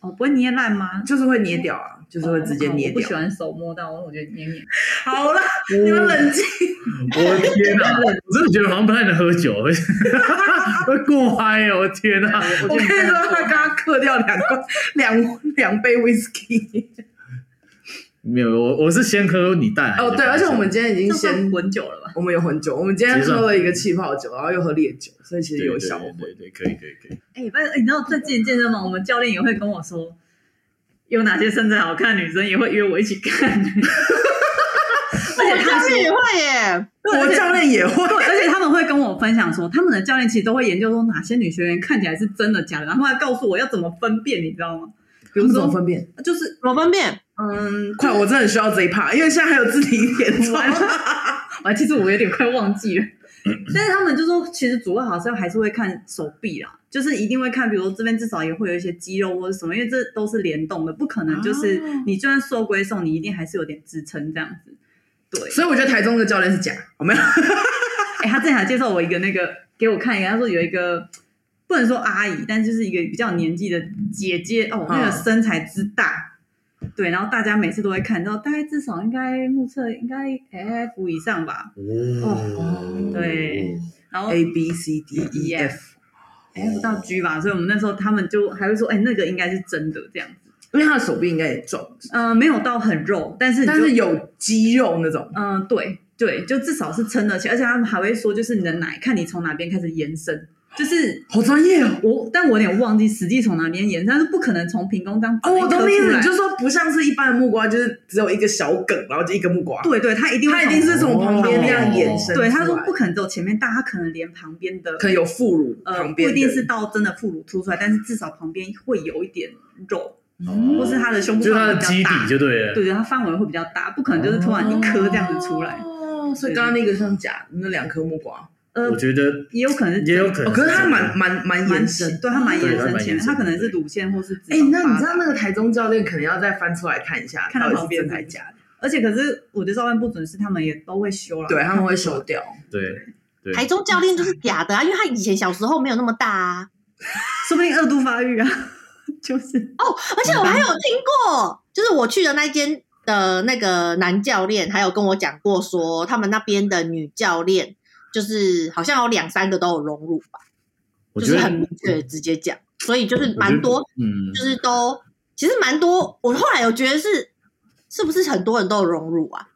[SPEAKER 4] 哦，不会捏烂吗？
[SPEAKER 3] 就是会捏掉啊，就是会直接捏
[SPEAKER 4] 我不
[SPEAKER 3] 掉
[SPEAKER 4] 喜。欢手摸到，我觉得黏黏。
[SPEAKER 3] 好了，你们冷静。
[SPEAKER 5] 我的天哪！我真的觉得好像不太能喝酒， 会过嗨哦！我的天哪！
[SPEAKER 3] 我跟你说，他刚刚嗑掉两罐两两杯 whisky。
[SPEAKER 5] 没有，我我是先喝你带来的
[SPEAKER 3] 哦，对，而且我们今天已经
[SPEAKER 4] 这算
[SPEAKER 3] 先，
[SPEAKER 4] 滚久了吧？
[SPEAKER 3] 我们有很久，我们今天
[SPEAKER 5] 其实
[SPEAKER 3] 喝
[SPEAKER 5] 算
[SPEAKER 3] 了一个气泡酒，然后又喝烈酒，所以其实
[SPEAKER 5] 对
[SPEAKER 3] 有小
[SPEAKER 5] 对对对，可以可以可以。
[SPEAKER 4] 哎、不是，你知道最近健身房，我们教练也会跟我说，有哪些身材好看的女生也会约我一起看。而且他
[SPEAKER 6] 教
[SPEAKER 4] 说
[SPEAKER 6] 练也会耶，
[SPEAKER 4] 对而
[SPEAKER 3] 我
[SPEAKER 4] 且
[SPEAKER 3] 教练也会，
[SPEAKER 4] 对，而且他们会跟我分享说，他们的教练其实都会研究说哪些女学员看起来是真的假的，然后还告诉我要怎么分辨，你知道吗？比如
[SPEAKER 3] 你怎么
[SPEAKER 4] 说，
[SPEAKER 3] 分辨？
[SPEAKER 4] 就是
[SPEAKER 6] 怎么分辨？
[SPEAKER 4] 嗯，
[SPEAKER 3] 快，我真的很需要这一趴，因为现在还有肢体语言
[SPEAKER 4] 完了， 我啊其实我有点快忘记了。但是他们就说，其实主要好像还是会看手臂啦，就是一定会看，比如说这边至少也会有一些肌肉或者什么，因为这都是联动的，不可能就是
[SPEAKER 3] 哦
[SPEAKER 4] 你就算瘦归瘦，你一定还是有点支撑这样子。对，
[SPEAKER 3] 所以我觉得台中的教练是假，我没有。
[SPEAKER 4] 哎、他之前还介绍我一个那个给我看一个，他说有一个不能说阿姨，但就是一个比较年纪的姐姐哦，那个
[SPEAKER 3] 嗯
[SPEAKER 4] 身材之大，对，然后大家每次都会看到，大概至少应该目测应该 F 以上吧，
[SPEAKER 3] 嗯
[SPEAKER 5] 哦
[SPEAKER 4] 对，然后
[SPEAKER 3] A B C D E
[SPEAKER 4] Yeah
[SPEAKER 3] F，
[SPEAKER 4] F 到 G 吧，所以我们那时候他们就还会说，哎、那个应该是真的这样子，
[SPEAKER 3] 因为他的手臂应该也壮，
[SPEAKER 4] 呃，没有到很肉，但是你就
[SPEAKER 3] 但是，有肌肉那种。
[SPEAKER 4] 嗯、对对，就至少是撑得起，而且他们还会说，就是你的奶，看你从哪边开始延伸，就是
[SPEAKER 3] 好专业哦！
[SPEAKER 4] 我，但我有点忘记实际从哪边延伸，但是不可能从平弓这样
[SPEAKER 3] 哦，我懂
[SPEAKER 4] 的
[SPEAKER 3] 你意思，
[SPEAKER 4] 思，
[SPEAKER 3] 你就说不像是一般的木瓜，就是只有一个小梗，然后就一个木瓜。
[SPEAKER 4] 对对，他一定会
[SPEAKER 3] 它一定是从旁边那样延伸出来。
[SPEAKER 4] 对他说不可能只有前面大，他可能连旁边的
[SPEAKER 3] 可能有副乳
[SPEAKER 4] 呃
[SPEAKER 3] 旁
[SPEAKER 4] 不
[SPEAKER 3] 边
[SPEAKER 4] 一
[SPEAKER 3] 的，
[SPEAKER 4] 定是到真的副乳凸出来，但是至少旁边会有一点肉，
[SPEAKER 3] 嗯
[SPEAKER 5] 哦
[SPEAKER 4] 或是他的胸部
[SPEAKER 5] 就是他的
[SPEAKER 4] 比较
[SPEAKER 5] 基底
[SPEAKER 4] 大
[SPEAKER 5] 就对了。
[SPEAKER 4] 对对，它范围会比较大，不可能就是突然一颗这样子出来，
[SPEAKER 3] 哦，所以刚刚那个像假，那两颗木瓜，
[SPEAKER 4] 呃
[SPEAKER 5] 我，觉得
[SPEAKER 4] 也有可能是
[SPEAKER 5] 也有可
[SPEAKER 3] 哦，
[SPEAKER 5] 能，
[SPEAKER 3] 可是它蛮蛮蛮
[SPEAKER 4] 蛮
[SPEAKER 3] 延
[SPEAKER 4] 深，
[SPEAKER 3] 伸。
[SPEAKER 4] 对它蛮
[SPEAKER 5] 对
[SPEAKER 4] 延
[SPEAKER 5] 它
[SPEAKER 4] 伸
[SPEAKER 5] 蛮
[SPEAKER 4] 前
[SPEAKER 5] 延
[SPEAKER 4] 面，它
[SPEAKER 5] 伸
[SPEAKER 4] 可能
[SPEAKER 5] 的
[SPEAKER 4] 是乳腺或是脂
[SPEAKER 3] 哎
[SPEAKER 4] 肪，
[SPEAKER 3] 那你
[SPEAKER 4] 发
[SPEAKER 3] 知
[SPEAKER 4] 达
[SPEAKER 3] 道那个台中教练可能要再翻出来看一下，
[SPEAKER 4] 看
[SPEAKER 3] 到底
[SPEAKER 4] 他
[SPEAKER 3] 是
[SPEAKER 4] 旁边
[SPEAKER 3] 真
[SPEAKER 4] 是
[SPEAKER 3] 还是
[SPEAKER 4] 假
[SPEAKER 3] 假的？
[SPEAKER 4] 的。而且可是我觉得照片不准是他们也都会修了，
[SPEAKER 3] 对，他们会收掉。
[SPEAKER 5] 对，对
[SPEAKER 6] 台中教练就是假的啊，因为他以前小时候没有那么大啊。
[SPEAKER 4] 说不定二度发育啊， 就是
[SPEAKER 6] 哦，而且我还有听过，就是我去的那间的那个男教练，还有跟我讲过说，他们那边的女教练就是好像有两三个都有融入吧，
[SPEAKER 5] 我
[SPEAKER 6] 就
[SPEAKER 5] 觉
[SPEAKER 6] 是
[SPEAKER 5] 得
[SPEAKER 6] 很明确地直接讲，所以就是
[SPEAKER 5] 我觉
[SPEAKER 6] 蛮
[SPEAKER 5] 得
[SPEAKER 6] 多，
[SPEAKER 5] 嗯
[SPEAKER 6] 就，是都其实蛮多。我后来有觉得是是不是很多人都有融入啊？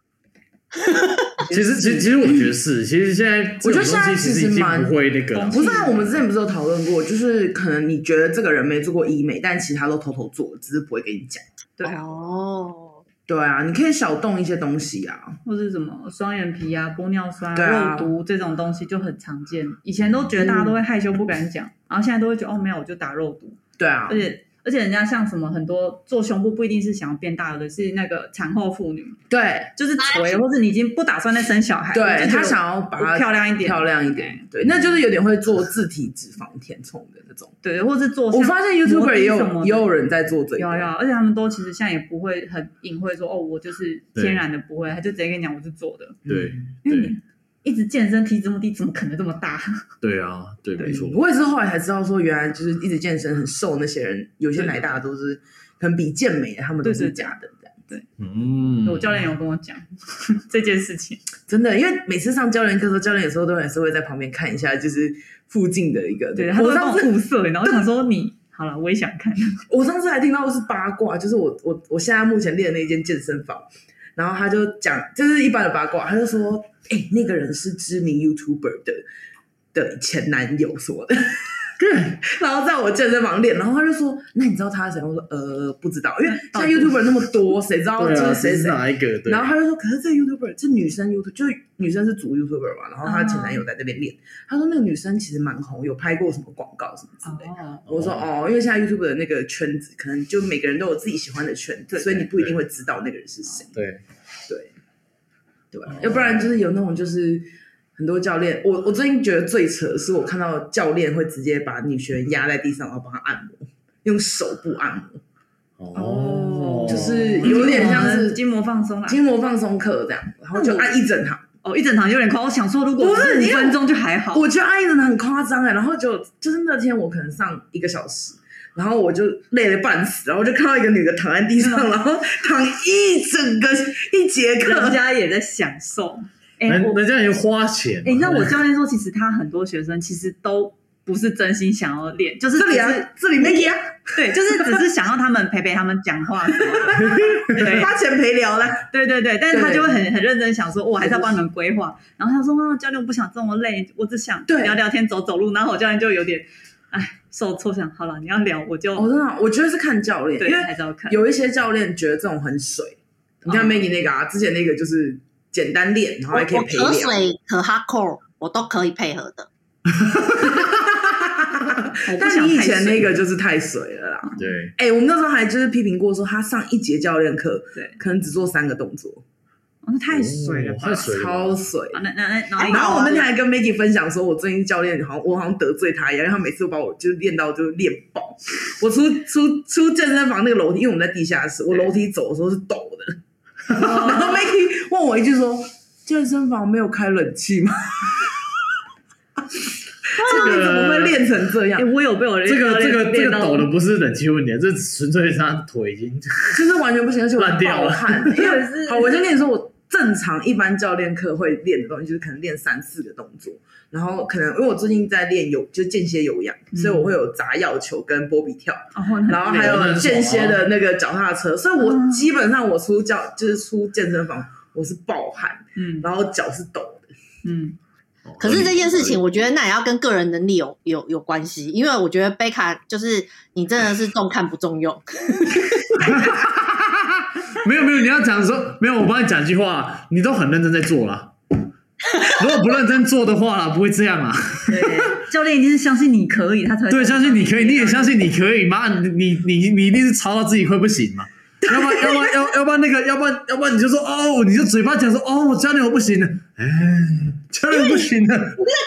[SPEAKER 5] 其实其实其实我觉得是，其实现在这
[SPEAKER 3] 我觉
[SPEAKER 5] 种
[SPEAKER 3] 得现在
[SPEAKER 5] 东西
[SPEAKER 3] 其实
[SPEAKER 5] 已经
[SPEAKER 3] 蛮
[SPEAKER 5] 不会那个了，
[SPEAKER 3] 不是啊，我们之前不是有讨论过，就是可能你觉得这个人没做过医美，但其他都偷偷做，只是不会跟你讲。
[SPEAKER 4] 对啊，
[SPEAKER 6] 哦，
[SPEAKER 3] 对啊，你可以小动一些东西啊。
[SPEAKER 4] 或是什么双眼皮啊、玻尿酸、
[SPEAKER 3] 对啊
[SPEAKER 4] 肉毒这种东西就很常见。以前都觉得大家都会害羞不敢讲，然后现在都会觉得哦，没有，我就打肉毒，
[SPEAKER 3] 对啊
[SPEAKER 4] 而，且。而而且人家像什么很多做胸部不一定是想要变大的，是那个产后妇女，
[SPEAKER 3] 对
[SPEAKER 4] 就是垂，或是你已经不打算再生小孩，
[SPEAKER 3] 对，他
[SPEAKER 4] 她
[SPEAKER 3] 想要把它
[SPEAKER 4] 漂亮一点，
[SPEAKER 3] 漂亮一点，对，那就是有点会做自体脂肪填充的那种。
[SPEAKER 4] 对，或是做像。
[SPEAKER 3] 我发现 YouTuber 也
[SPEAKER 4] 什么
[SPEAKER 3] 有也
[SPEAKER 4] 的
[SPEAKER 3] 有人在做这
[SPEAKER 4] 有啊有，
[SPEAKER 3] 个，
[SPEAKER 4] 而且他们都其实现在也不会很隐晦说哦，我就是
[SPEAKER 5] 对
[SPEAKER 4] 天然的不会，他就直接跟你讲我是做的，
[SPEAKER 5] 对
[SPEAKER 4] 因为
[SPEAKER 5] 对
[SPEAKER 4] 你一直健身体这么低，怎么可能这么大？
[SPEAKER 5] 对啊，对，没错
[SPEAKER 3] 嗯，我也是后来才知道说，原来就是一直健身很瘦那些人，有些奶大都是可能比健美的，他们都
[SPEAKER 4] 对
[SPEAKER 3] 是
[SPEAKER 4] 对对
[SPEAKER 3] 假的。这样
[SPEAKER 5] 嗯，
[SPEAKER 4] 我教练有跟我讲 这件事情，
[SPEAKER 3] 真的，因为每次上教练课的时候，教练有时候都还是会在旁边看一下，就是附近的一个。
[SPEAKER 4] 对他都
[SPEAKER 3] 我
[SPEAKER 4] 会帮
[SPEAKER 3] 上
[SPEAKER 4] 我
[SPEAKER 3] 次
[SPEAKER 4] 物色，然后我想说你好了，我也想看，
[SPEAKER 3] 我上次还听到的是八卦，就是我我我现在目前练的那间健身房，然后他就讲，就是一般的八卦，他就说，哎、那个人是知名 YouTuber 的的前男友什么的， 然后在我健身房练，然后他就说，那你知道他是谁？我说，呃，不知道，因为现在 YouTuber 那么多，谁知道
[SPEAKER 5] 对啊，
[SPEAKER 3] 就是
[SPEAKER 5] 谁
[SPEAKER 3] 谁
[SPEAKER 5] 是
[SPEAKER 3] 谁？
[SPEAKER 5] 哪一个？对，
[SPEAKER 3] 然后他就说，可是这 YouTuber 这女生 YouTube 就是女生是主 YouTuber 嘛，然后她前男友在那边练，他说那个女生其实蛮红，有拍过什么广告什么之类的。
[SPEAKER 4] 哦，
[SPEAKER 3] 我说哦，因为现在 YouTube 的那个圈子，可能就每个人都有自己喜欢的圈子，所以你不一定会知道那个人是谁，
[SPEAKER 5] 对，
[SPEAKER 3] 对吧？要不然就是有那种就是很多教练，我我最近觉得最扯的是我看到教练会直接把女学员压在地上，然后帮她按摩，用手部按摩，
[SPEAKER 5] 哦，
[SPEAKER 3] 就是有点像是
[SPEAKER 4] 筋膜放松啦。啊
[SPEAKER 3] 筋膜放松课这样，然后就按一整堂。
[SPEAKER 4] 哦，一整堂有点快，我想说如果
[SPEAKER 3] 不是
[SPEAKER 4] 五
[SPEAKER 3] 因为
[SPEAKER 4] 分钟就还好，
[SPEAKER 3] 我觉得阿姨真的很夸张哎，然后就就是那天我可能上一个小时，然后我就累得半死，然后就看到一个女的躺在地上，然后躺一整个一节
[SPEAKER 4] 嗯人
[SPEAKER 3] 课，
[SPEAKER 4] 家也在享受。哎、
[SPEAKER 5] 人
[SPEAKER 4] 我
[SPEAKER 5] 人家也花钱嘛，
[SPEAKER 4] 哎、那我教练说，其实他很多学生其实都不是真心想要练，就是
[SPEAKER 3] 这里
[SPEAKER 4] 只是
[SPEAKER 3] 啊，这里 Maggie 啊，
[SPEAKER 4] 对，就是只是想要他们陪陪他们讲话什 么的。对
[SPEAKER 3] 花钱陪聊啦。
[SPEAKER 4] 对对对，但是他
[SPEAKER 3] 对
[SPEAKER 4] 就会很很认真想说，我还是要帮你们规划。然后他说，哦，教练我不想这么累，我只想
[SPEAKER 3] 对
[SPEAKER 4] 聊聊天、走走路。然后我教练就有点，哎，受挫，想好了，你要聊我就、
[SPEAKER 3] 哦我真的，啊我觉得是看教练，
[SPEAKER 4] 嗯对，
[SPEAKER 3] 因为
[SPEAKER 4] 还是要看。
[SPEAKER 3] 有一些教练觉得这种很水，你看
[SPEAKER 4] 哦
[SPEAKER 3] Maggie 那个啊，之前那个就是简单练，然后
[SPEAKER 6] 我
[SPEAKER 3] 还可以
[SPEAKER 6] 我
[SPEAKER 3] 陪
[SPEAKER 6] 可
[SPEAKER 3] 聊。
[SPEAKER 6] 水可哈扣，我都可以配合的。
[SPEAKER 4] 我不
[SPEAKER 3] 但
[SPEAKER 4] 想
[SPEAKER 3] 你以
[SPEAKER 4] 太
[SPEAKER 3] 前
[SPEAKER 4] 水
[SPEAKER 3] 那个就是太水了啦。
[SPEAKER 5] 对，
[SPEAKER 3] 哎、我们那时候还就是批评过说，他上一节教练课，
[SPEAKER 4] 对，
[SPEAKER 3] 可能只做三个动作，
[SPEAKER 4] 哦那太水了吧？
[SPEAKER 5] 太水了吧
[SPEAKER 3] 超水。
[SPEAKER 4] 啊那那那然后
[SPEAKER 3] 然后我那天还跟 Maggie 分享说，我最近教练好像我好像得罪他一样，因为他每次都把我就是练到就是练爆。我出出出健身房那个楼梯，因为我们在地下室，我楼梯走的时候是抖的。然后 Maggie 问我一句说：“健身房没有开冷气吗？” 这个你怎么会练成这样
[SPEAKER 4] 哎、？我有被我的
[SPEAKER 5] 这个
[SPEAKER 4] 教
[SPEAKER 5] 这
[SPEAKER 4] 练
[SPEAKER 5] 个这
[SPEAKER 4] 练
[SPEAKER 5] 个
[SPEAKER 4] 到
[SPEAKER 5] 抖的不是冷气问题，啊这纯粹是他腿已经
[SPEAKER 3] 就是完全不行，而且我
[SPEAKER 5] 烂掉了
[SPEAKER 3] 爆汗。因为 好，我先跟你说，我正常一般教练课会练的东西，就是可能练三四个动作，然后可能因为我最近在练有就间歇有氧，所以我会有砸药球跟波比跳，
[SPEAKER 4] 然后呢
[SPEAKER 3] 然后还有间歇的那个脚踏车，所以我基本上我出教就是出健身房，我是爆汗，
[SPEAKER 4] 嗯
[SPEAKER 3] 然后脚是抖的。
[SPEAKER 4] 嗯，
[SPEAKER 6] 可是这件事情，我觉得那也要跟个人能力有有有关系，因为我觉得贝卡就是你真的是重看不重用，
[SPEAKER 5] 没有没有，你要讲说没有，我帮你讲一句话，你都很认真在做 啦。如果不认真做的话啦，不会这样啦。
[SPEAKER 4] 对，教练一定是相信你可以，他才会
[SPEAKER 5] 对，相信你可以，你也相信你可以。妈，你你你你一定是吵到自己快不行嘛。要不然，要不然，要要不然那个，要不然，要不然你就说哦，你就嘴巴讲说哦，我教练我不行了，哎，教练我不 行了，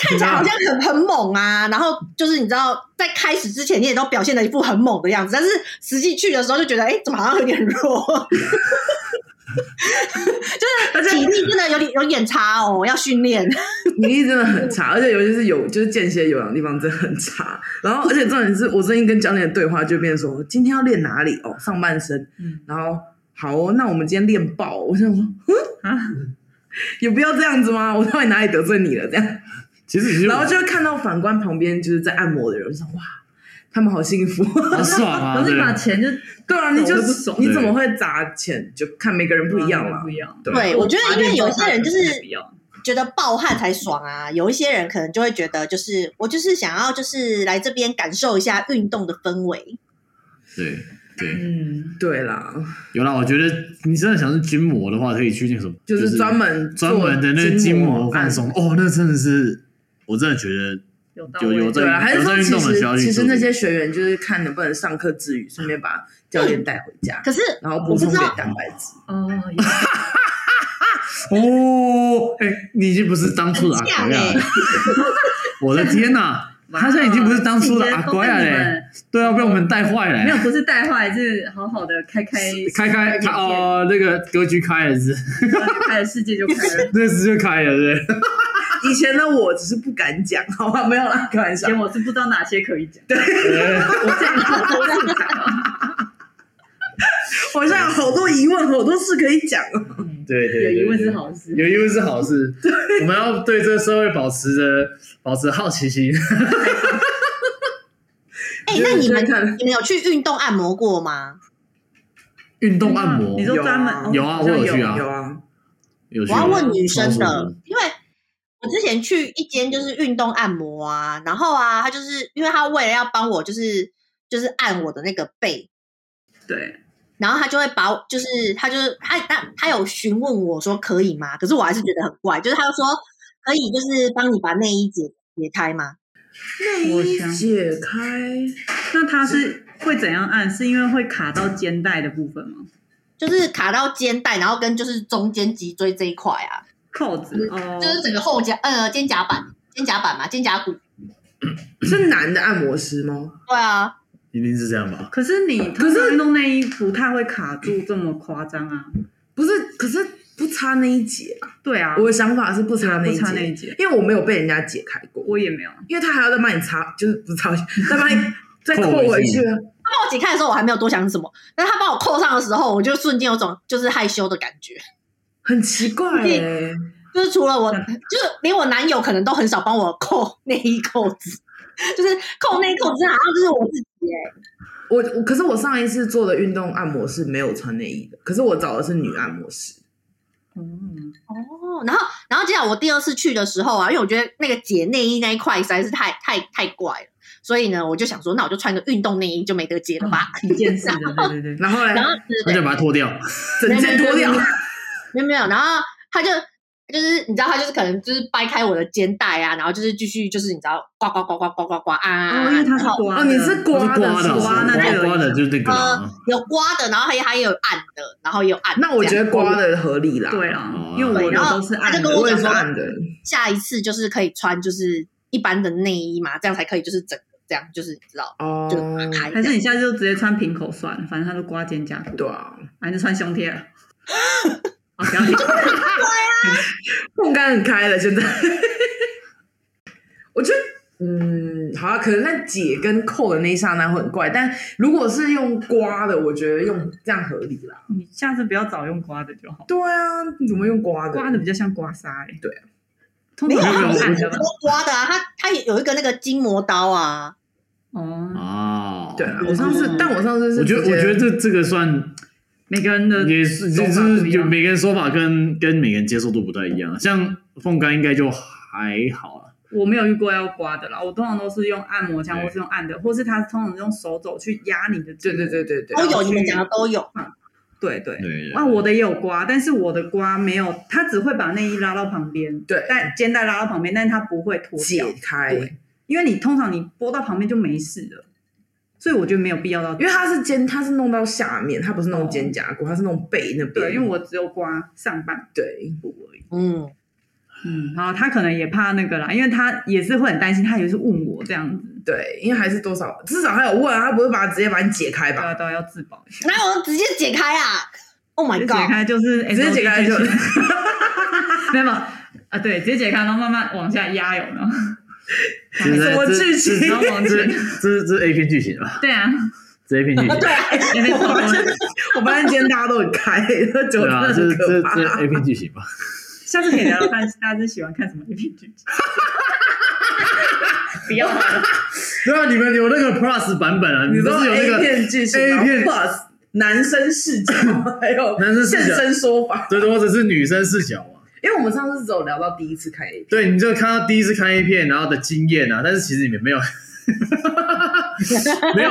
[SPEAKER 6] 看起来好像很很猛啊。然后就是你知道，在开始之前你也都表现的一副很猛的样子，但是实际去的时候就觉得，哎、怎么好像有点弱？ 就是体力真的有点有点差哦，要训练。
[SPEAKER 3] 你力真的很差，而且尤其是有就是间歇有氧的地方真的很差。然后，而且重点是我最近跟教练的对话就变成说，今天要练哪里哦，上半身，
[SPEAKER 4] 嗯
[SPEAKER 3] 然后好哦，那我们今天练爆哦、我想说，
[SPEAKER 4] 啊，
[SPEAKER 3] 有必要这样子吗？我到底哪里得罪你了？这 样，
[SPEAKER 5] 其实你就
[SPEAKER 3] 然
[SPEAKER 4] 啊
[SPEAKER 3] 后就会看到反观旁边就是在按摩的人，我就想哇，他们好幸福。
[SPEAKER 5] 好爽啊，
[SPEAKER 4] 可是
[SPEAKER 5] 对
[SPEAKER 4] 你把钱就
[SPEAKER 3] 对啊，你就
[SPEAKER 4] 我都不爽
[SPEAKER 3] 你怎么会砸钱？就看每个人不一样了
[SPEAKER 4] 不。一样。
[SPEAKER 6] 对，我觉得因为有一些人就是
[SPEAKER 4] 不一样
[SPEAKER 6] 觉得暴汗才爽啊，有一些人可能就会觉得，就是我就是想要就是来这边感受一下运动的氛围。
[SPEAKER 5] 对对，
[SPEAKER 4] 嗯，
[SPEAKER 3] 对啦，
[SPEAKER 5] 有啦，我觉得你真的想是筋膜的话，可以去那个什么，
[SPEAKER 3] 就是专门
[SPEAKER 5] 专门的那个筋膜放
[SPEAKER 3] 按
[SPEAKER 5] 松，哦，那真的是，我真的觉得
[SPEAKER 4] 有到
[SPEAKER 5] 有
[SPEAKER 4] 位
[SPEAKER 5] 有这
[SPEAKER 3] 对啊，还是说
[SPEAKER 5] 有时
[SPEAKER 3] 其
[SPEAKER 5] 候运动的需要
[SPEAKER 3] 实
[SPEAKER 5] 去
[SPEAKER 3] 其实
[SPEAKER 5] 做
[SPEAKER 3] 那些学员就是看能不能上课之余，顺便把教练带回家，
[SPEAKER 6] 可是
[SPEAKER 3] 然后
[SPEAKER 6] 我
[SPEAKER 3] 补
[SPEAKER 6] 不
[SPEAKER 3] 充
[SPEAKER 6] 知
[SPEAKER 3] 点
[SPEAKER 6] 道，
[SPEAKER 3] 蛋白质。
[SPEAKER 4] 哦，
[SPEAKER 5] 哦，哎、你已经不是当初的阿
[SPEAKER 6] 很像
[SPEAKER 5] 圭亚
[SPEAKER 6] 欸
[SPEAKER 5] 了，我的天哪、 他现在已经不是当初的阿圭亚
[SPEAKER 4] 哇这些都被你
[SPEAKER 5] 嘞
[SPEAKER 4] 们，
[SPEAKER 5] 对啊，被我们带坏
[SPEAKER 4] 没有
[SPEAKER 5] 了，
[SPEAKER 4] 不是带坏，是好好的开开
[SPEAKER 5] 开开开哦，那个格局开了是，。
[SPEAKER 4] 开了世界就开了
[SPEAKER 5] 那时就开了 是不是，
[SPEAKER 3] 以前的我只是不敢讲，好吧，没有啦，开玩
[SPEAKER 4] 以
[SPEAKER 3] 笑
[SPEAKER 4] 前。我是不知道哪些可以讲，对，
[SPEAKER 5] 哎
[SPEAKER 4] 我这样好多次讲啊，
[SPEAKER 3] 我现在有好多疑问，好多事可以讲哦。
[SPEAKER 5] 对对
[SPEAKER 4] 有
[SPEAKER 5] 对，
[SPEAKER 4] 疑问
[SPEAKER 5] 对
[SPEAKER 4] 是好事。
[SPEAKER 5] 有疑问是好事，我们要对这个社会保持着保持好奇心。
[SPEAKER 6] 哎、那你们
[SPEAKER 3] 就是看
[SPEAKER 6] 你们有去运动按摩过吗？
[SPEAKER 5] 运动按摩
[SPEAKER 4] 你说专门
[SPEAKER 3] 有啊
[SPEAKER 5] 有啊
[SPEAKER 4] 哦好像
[SPEAKER 5] 我有去啊
[SPEAKER 3] 有啊，
[SPEAKER 5] 有趣
[SPEAKER 6] 我
[SPEAKER 5] 吗
[SPEAKER 6] 要问女生
[SPEAKER 5] 超
[SPEAKER 6] 的
[SPEAKER 5] 舒服，
[SPEAKER 6] 因为我之前去一间就是运动按摩啊，然后啊，他就是因为他为了要帮我就是就是按我的那个背，
[SPEAKER 4] 对，
[SPEAKER 6] 然后他就会把我就是他就是他他他有询问我说可以吗？可是我还是觉得很怪，就是他就说可以，就是帮你把内衣解解开吗？
[SPEAKER 3] 内衣解开，
[SPEAKER 4] 那他是会怎样按？是因为会卡到肩带的部分吗？
[SPEAKER 6] 就是卡到肩带，然后跟就是中间脊椎这一块啊，
[SPEAKER 4] 扣子
[SPEAKER 5] 嗯
[SPEAKER 4] 哦，
[SPEAKER 6] 就是整个后夹呃肩胛板肩胛板嘛，肩胛骨。
[SPEAKER 3] 是男的按摩师吗？
[SPEAKER 6] 对啊，
[SPEAKER 5] 一定是这样吧？
[SPEAKER 4] 可是你可是运动内衣不太会卡住这么夸张啊，
[SPEAKER 3] 不是，可是不差那一节啊。
[SPEAKER 4] 对啊，
[SPEAKER 3] 我的想法是不差那
[SPEAKER 4] 不
[SPEAKER 3] 一
[SPEAKER 4] 差那一
[SPEAKER 3] 节，
[SPEAKER 4] 节，
[SPEAKER 3] 因为我没有被人家解开过，
[SPEAKER 4] 我也没有。
[SPEAKER 3] 因为他还要再帮你擦，就是不擦，再帮你再
[SPEAKER 5] 扣
[SPEAKER 3] 扣
[SPEAKER 5] 回
[SPEAKER 3] 回
[SPEAKER 5] 去
[SPEAKER 3] 去啊。
[SPEAKER 6] 他帮我解开的时候，我还没有多想什么，但是他帮我扣上的时候，我就瞬间有种就是害羞的感觉，
[SPEAKER 3] 很奇怪哎、
[SPEAKER 6] 对就是除了我，就是连我男友可能都很少帮我扣内衣扣子， 就是扣内衣扣子好像就是我自己哎、
[SPEAKER 3] 我我可是我上一次做的运动按摩是没有穿内衣的，可是我找的是女按摩师。
[SPEAKER 4] 嗯，
[SPEAKER 6] 哦，然后然后接下来我第二次去的时候啊，因为我觉得那个解内衣那一块实在是太太太怪了，所以呢，我就想说，那我就穿个运动内衣就没得解
[SPEAKER 4] 哦
[SPEAKER 6] 了吧。
[SPEAKER 4] 挺见识的， 对对对。
[SPEAKER 3] 然后嘞
[SPEAKER 6] 然，后对
[SPEAKER 5] 那
[SPEAKER 6] 对
[SPEAKER 5] 就把它脱掉。
[SPEAKER 3] 整件脱掉，
[SPEAKER 6] 没有没有，然后他就就是你知道，他就是可能就是掰开我的肩带啊，然后就是继续就是你知道呱呱呱呱呱呱呱啊，
[SPEAKER 4] 哦，因为它是
[SPEAKER 6] 然后
[SPEAKER 4] 刮
[SPEAKER 3] 哦，
[SPEAKER 4] 的
[SPEAKER 3] 你是
[SPEAKER 5] 我是
[SPEAKER 3] 刮的
[SPEAKER 5] 刮
[SPEAKER 3] 是
[SPEAKER 5] 的，
[SPEAKER 3] 不是
[SPEAKER 4] 刮那就有
[SPEAKER 5] 刮的
[SPEAKER 4] 影响
[SPEAKER 5] 就是那个啊
[SPEAKER 6] 呃
[SPEAKER 5] 啦。
[SPEAKER 6] 有刮的，然后还还有暗的，然后也有暗的。
[SPEAKER 3] 那我觉
[SPEAKER 6] 这
[SPEAKER 3] 得
[SPEAKER 6] 样
[SPEAKER 3] 刮的合理啦，
[SPEAKER 4] 对啦，
[SPEAKER 5] 哦
[SPEAKER 4] 因为我
[SPEAKER 6] 对
[SPEAKER 4] 的
[SPEAKER 6] 然后
[SPEAKER 4] 都是
[SPEAKER 6] 他就
[SPEAKER 4] 按的
[SPEAKER 6] 跟，我
[SPEAKER 3] 我也
[SPEAKER 6] 讲
[SPEAKER 3] 是
[SPEAKER 6] 说
[SPEAKER 3] 按的。
[SPEAKER 6] 下一次就是可以穿就是一般的内衣嘛，这样才可以就是整个这样就是你知道
[SPEAKER 3] 哦
[SPEAKER 6] 就，开这
[SPEAKER 4] 还
[SPEAKER 6] 样。
[SPEAKER 4] 是你下次就直接穿平口算了，反正它都刮肩胛骨，
[SPEAKER 3] 对啊，
[SPEAKER 4] 还是穿胸贴了。好，不要理我
[SPEAKER 3] 空杆很开了，现在。 我觉得，嗯，好啊，可能在解跟扣的那一刹那会很怪，但如果是用刮的，我觉得用这样合理啦。
[SPEAKER 4] 你下次不要找用刮的就好，
[SPEAKER 3] 对啊，你怎么用刮的？
[SPEAKER 4] 刮的比较像刮痧哎。
[SPEAKER 3] 对
[SPEAKER 4] 啊，通
[SPEAKER 6] 没有，啊他
[SPEAKER 4] 常
[SPEAKER 6] 不
[SPEAKER 4] 都
[SPEAKER 6] 是
[SPEAKER 4] 按
[SPEAKER 6] 很
[SPEAKER 4] 的吧
[SPEAKER 6] 多刮的啊，他他也有一个那个筋膜刀啊，嗯
[SPEAKER 4] 哦，
[SPEAKER 5] 哦，
[SPEAKER 3] 对啊，我上次，但我上次是
[SPEAKER 5] 我觉得
[SPEAKER 3] 直接
[SPEAKER 5] 我觉得这这个算
[SPEAKER 4] 每个人的
[SPEAKER 5] 也是
[SPEAKER 4] 手
[SPEAKER 5] 就
[SPEAKER 4] 法不
[SPEAKER 5] 是
[SPEAKER 4] 一
[SPEAKER 5] 有
[SPEAKER 4] 样
[SPEAKER 5] 每个人说法跟跟每个人接受度不太一样，像凤干应该就还好了。
[SPEAKER 4] 我没有遇过要刮的啦，我通常都是用按摩枪，
[SPEAKER 5] 对
[SPEAKER 4] 或是用按的，或是他通常用手肘去压你的。
[SPEAKER 3] 对对对对对
[SPEAKER 6] 都，有，
[SPEAKER 4] 去
[SPEAKER 6] 你们讲的都有。
[SPEAKER 4] 对对
[SPEAKER 5] 对。对
[SPEAKER 4] 啊，我的也有刮，但是我的刮没有，他只会把内衣拉到旁边，
[SPEAKER 3] 对
[SPEAKER 4] 但肩带拉到旁边，但是他不会脱掉
[SPEAKER 3] 解，开，
[SPEAKER 4] 对因为你通常你拨到旁边就没事了，所以我觉得没有必要到
[SPEAKER 3] 因为它是肩，它是弄到下面，它不是弄肩胛骨，它是弄背那边。
[SPEAKER 4] 哦对，因为我只有刮上半
[SPEAKER 3] 对
[SPEAKER 4] 部而已。
[SPEAKER 6] 嗯，
[SPEAKER 4] 嗯，然后他可能也怕那个啦，因为他也是会很担心，他也是问我这样子，
[SPEAKER 3] 对，因为还是多少，至少还有问啊，他不会把它直接把你解开
[SPEAKER 4] 对
[SPEAKER 3] 吧？
[SPEAKER 4] 啊，都要自保一下。
[SPEAKER 6] 然后我直接解开啊！Oh my
[SPEAKER 4] 直接解
[SPEAKER 6] god！
[SPEAKER 4] 开就是
[SPEAKER 3] 直接解开就
[SPEAKER 4] SOD 剧情 没有没有啊，对，直接解开，然后慢慢往下压，有没 有？
[SPEAKER 5] 现在
[SPEAKER 3] 什么
[SPEAKER 5] 这
[SPEAKER 3] 剧情
[SPEAKER 5] 这
[SPEAKER 4] 然后往
[SPEAKER 5] 这
[SPEAKER 4] 前
[SPEAKER 5] 这这 A 片剧情吧，
[SPEAKER 4] 对啊，
[SPEAKER 5] 这 A 片剧情，
[SPEAKER 4] 有点恐怖
[SPEAKER 3] 我发现今天大家都很开， 那酒
[SPEAKER 5] 对
[SPEAKER 3] 真
[SPEAKER 5] 啊，
[SPEAKER 3] 的
[SPEAKER 5] 这
[SPEAKER 3] 很
[SPEAKER 5] 这
[SPEAKER 3] 可
[SPEAKER 5] 这
[SPEAKER 3] 怕。
[SPEAKER 5] A 片剧情吧。
[SPEAKER 4] 下次可以聊聊看大家是喜欢看什么 A P 剧情。不要好了，
[SPEAKER 5] 对啊，你们有那个 Plus 版本啊，你
[SPEAKER 3] 你
[SPEAKER 5] 们
[SPEAKER 3] 知
[SPEAKER 5] 不
[SPEAKER 3] 道
[SPEAKER 5] 是有那
[SPEAKER 3] A
[SPEAKER 5] 个
[SPEAKER 3] 片剧情
[SPEAKER 5] A 片
[SPEAKER 3] plus 男生视角，还有
[SPEAKER 5] 男生视角
[SPEAKER 3] 现身说法。
[SPEAKER 5] 对，或者是女生视角啊嘛。
[SPEAKER 3] 因为我们上次只有聊到第一次看 A 片，
[SPEAKER 5] 对，你就看到第一次看 A 片，然后的经验啊，但是其实你们没有， 没有，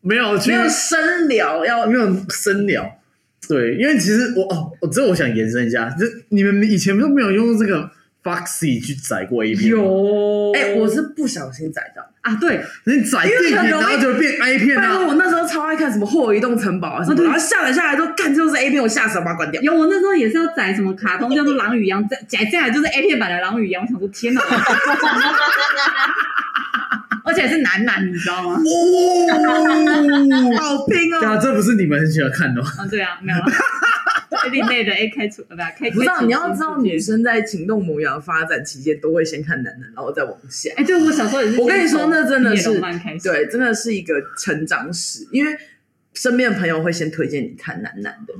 [SPEAKER 5] 没有去
[SPEAKER 3] 没有深聊，要
[SPEAKER 5] 没有深聊。对，因为其实我哦，我这我想延伸一下，就你们以前都没有用这个 Foxy 去载过 A 片？，
[SPEAKER 4] 有，
[SPEAKER 3] 哎、我是不小心载到。
[SPEAKER 4] 啊，对，
[SPEAKER 5] 你载
[SPEAKER 3] 因为
[SPEAKER 5] 电影，
[SPEAKER 3] 很容
[SPEAKER 5] 然
[SPEAKER 3] 易
[SPEAKER 5] 后就变 A 片
[SPEAKER 3] 拜托，
[SPEAKER 5] 啊？
[SPEAKER 3] 我那时候超爱看什么《霍移动城堡》啊什么，
[SPEAKER 4] 啊对
[SPEAKER 3] 然后下载下来都干，这就是 A 片，我吓死了，把它关掉。
[SPEAKER 4] 有我那时候也是要载什么卡通叫做《狼与羊》，载载下来就是 A 片版的《狼与羊》，我想说天哪， 而且是男男，你知道吗？
[SPEAKER 5] 哦，
[SPEAKER 3] 好拼
[SPEAKER 5] 对啊，！这不是你们很喜欢看哦的吗？
[SPEAKER 4] 啊，对啊，没有了，另类的 A 开除，呃不开开除
[SPEAKER 3] 不知道你要知道，女
[SPEAKER 4] 你。
[SPEAKER 3] 生在情动萌芽发展期间，都会先看男人，然后再往下。
[SPEAKER 4] 哎，对我小时候也是，
[SPEAKER 3] 我跟你说那真的是
[SPEAKER 4] 慢开始，
[SPEAKER 3] 对，真的是一个成长史，因为身边的朋友会先推荐你看男男的，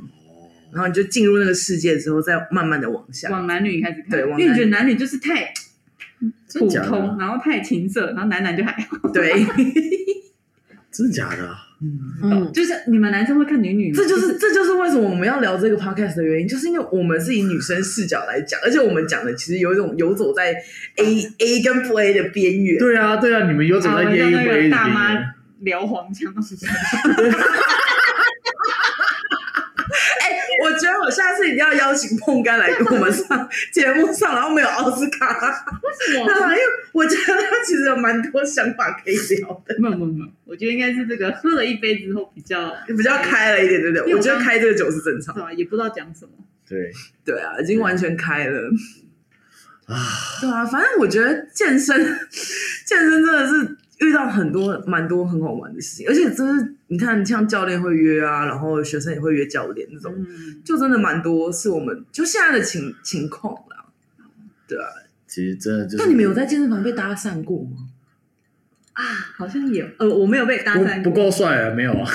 [SPEAKER 3] 然后你就进入那个世界之后，再慢慢的往下。
[SPEAKER 4] 往男女开始看，
[SPEAKER 3] 对
[SPEAKER 4] 因
[SPEAKER 3] 往
[SPEAKER 4] 为你觉得
[SPEAKER 3] 男
[SPEAKER 4] 男女就是太
[SPEAKER 5] 真
[SPEAKER 4] 普
[SPEAKER 5] 的假啊
[SPEAKER 4] 通，
[SPEAKER 5] 的？
[SPEAKER 4] 然后太情色，然后男男就还好，
[SPEAKER 3] 对，
[SPEAKER 5] 真的假的啊？
[SPEAKER 6] 嗯，
[SPEAKER 4] 就是你们男生会看女女吗，
[SPEAKER 3] 这就是这就是为什么我们要聊这个 podcast 的原因，就是因为我们是以女生视角来讲，而且我们讲的其实有一种游走在 A A 跟不 A 的边缘。
[SPEAKER 5] 对啊，对啊，你们有走
[SPEAKER 4] 啊
[SPEAKER 5] 在
[SPEAKER 4] 我们
[SPEAKER 5] A
[SPEAKER 4] 像
[SPEAKER 5] 与不
[SPEAKER 4] 那
[SPEAKER 5] A
[SPEAKER 4] 个
[SPEAKER 5] 的
[SPEAKER 4] 大
[SPEAKER 5] 边
[SPEAKER 4] 妈
[SPEAKER 5] 缘。
[SPEAKER 4] 聊黄腔当时是
[SPEAKER 3] 哎、我觉得我下次一定要邀请碰干来跟我们上节目上，然后没有奥斯卡，啊因为我觉得他其实有蛮多想法可以聊的，
[SPEAKER 4] 没有没有没有，我觉得应该是这个喝了一杯之后比较
[SPEAKER 3] 比较开了一点，对不
[SPEAKER 4] 因为
[SPEAKER 3] 对？
[SPEAKER 4] 我
[SPEAKER 3] 我觉得
[SPEAKER 4] 刚
[SPEAKER 3] 开这个酒是正常
[SPEAKER 4] 是
[SPEAKER 3] 的，
[SPEAKER 4] 吧？也不知道讲什么。
[SPEAKER 5] 对，
[SPEAKER 3] 对啊，已经完全开了。
[SPEAKER 5] 啊，
[SPEAKER 3] 对啊，反正我觉得健身， 健身真的是遇到很多蛮多很好玩的事情，而且就是你看，像教练会约啊，然后学生也会约教练那种，
[SPEAKER 4] 嗯，
[SPEAKER 3] 就真的蛮多是我们就现在的情情况啦。对啊，
[SPEAKER 5] 其实真的就是。
[SPEAKER 3] 那你们有在健身房被搭讪过吗？
[SPEAKER 4] 好像有，呃，我没有被搭讪
[SPEAKER 5] 不不
[SPEAKER 4] 过，
[SPEAKER 5] 够帅啊？没有啊，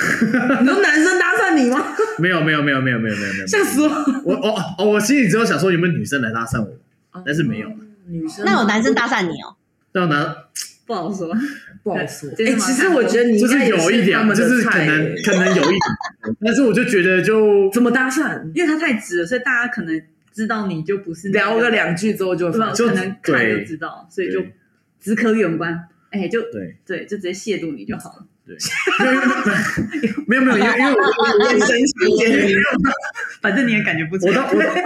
[SPEAKER 3] 你说男生搭讪你吗？
[SPEAKER 5] 没有，没有，没有，没有，没有，没有，没有。
[SPEAKER 3] 吓死我！
[SPEAKER 5] 我！我哦哦，我心里只有想说有没有女生来搭讪我，但是没有。
[SPEAKER 3] 哦女生
[SPEAKER 6] 那有男生搭讪你哦，
[SPEAKER 5] 让男
[SPEAKER 4] 不好说。
[SPEAKER 3] 不好说。
[SPEAKER 4] 对
[SPEAKER 3] 哎、其实我觉得你
[SPEAKER 5] 就
[SPEAKER 3] 应该
[SPEAKER 5] 是
[SPEAKER 3] 也
[SPEAKER 5] 有一
[SPEAKER 3] 他
[SPEAKER 5] 点，
[SPEAKER 3] 们的
[SPEAKER 5] 就是可
[SPEAKER 3] 菜
[SPEAKER 5] 能
[SPEAKER 3] 欸
[SPEAKER 5] 可能有一点，但是我就觉得就
[SPEAKER 3] 怎么搭讪？
[SPEAKER 4] 因为他太直了，所以大家可能知道你就不是那
[SPEAKER 3] 聊个，两句之后就
[SPEAKER 4] 对吧？
[SPEAKER 3] 发
[SPEAKER 5] 就
[SPEAKER 4] 可能看
[SPEAKER 5] 对
[SPEAKER 4] 就知道，所以就
[SPEAKER 5] 对
[SPEAKER 4] 只可远观。哎，就
[SPEAKER 5] 对
[SPEAKER 4] 对，就直接亵渎你就好了。
[SPEAKER 5] 没有没有，因为因为我
[SPEAKER 3] 眼神相接。
[SPEAKER 4] 反正你也感觉不出
[SPEAKER 5] 我
[SPEAKER 4] 来
[SPEAKER 5] 到我到，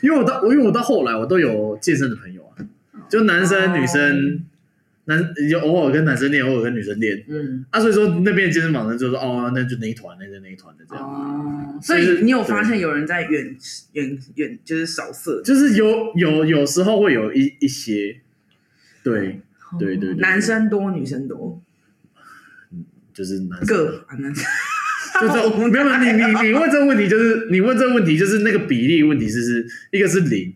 [SPEAKER 5] 因为我到我因为我到后来我都有健身的朋友啊，就男生
[SPEAKER 3] 哦
[SPEAKER 5] 女生。男有偶尔跟男生练，偶尔跟女生练
[SPEAKER 3] 嗯，
[SPEAKER 5] 啊，所以说那边健身房的就说哦，那就那一团，那就那一团的这样，
[SPEAKER 3] 哦，
[SPEAKER 5] 所
[SPEAKER 3] 所
[SPEAKER 5] 以
[SPEAKER 3] 以你有发
[SPEAKER 5] 对
[SPEAKER 3] 现有人在远远远就是扫射？
[SPEAKER 5] 就是有有有时候会有一一些，对，对对对
[SPEAKER 3] 男生多，女生多，
[SPEAKER 5] 就是男生
[SPEAKER 3] 各啊男生。
[SPEAKER 5] 就这 种，没有没有你你你问这个问题就是你问这个问题就是那个比例问题是是一个是零，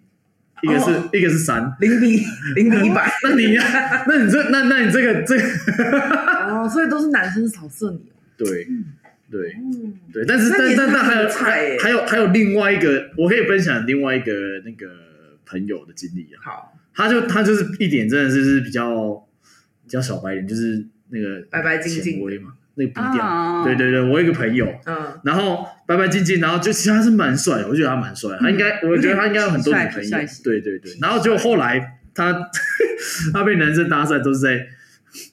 [SPEAKER 5] 一个是、
[SPEAKER 3] 哦
[SPEAKER 5] 一个是三，
[SPEAKER 3] 零比零比一百
[SPEAKER 5] 那你那你这那那你这个这个
[SPEAKER 3] 哦，所以都是男生扫射你哦。
[SPEAKER 5] 对对对，但是
[SPEAKER 3] 嗯那
[SPEAKER 5] 但
[SPEAKER 3] 你
[SPEAKER 5] 但
[SPEAKER 3] 是
[SPEAKER 5] 但还有
[SPEAKER 3] 很菜欸
[SPEAKER 5] 还
[SPEAKER 3] 耶
[SPEAKER 5] 还有还有另外一个，我可以分享另外一个那个朋友的经历啊，
[SPEAKER 3] 好，
[SPEAKER 5] 他就他就是一点真的就是比较比较小白脸，就是那个
[SPEAKER 3] 白白净净
[SPEAKER 5] 显微嘛，那个鼻调，
[SPEAKER 4] 啊
[SPEAKER 5] 对对对，我有一个朋友，
[SPEAKER 3] 嗯，
[SPEAKER 5] 然后白白净净，然后就其实他是蛮帅的，我觉得他蛮帅的，他应该，我觉得他应该有很多女朋
[SPEAKER 4] 嗯帅
[SPEAKER 5] 友
[SPEAKER 4] 帅气，
[SPEAKER 5] 对对对。然后结果后来他 他被男生搭讪都是在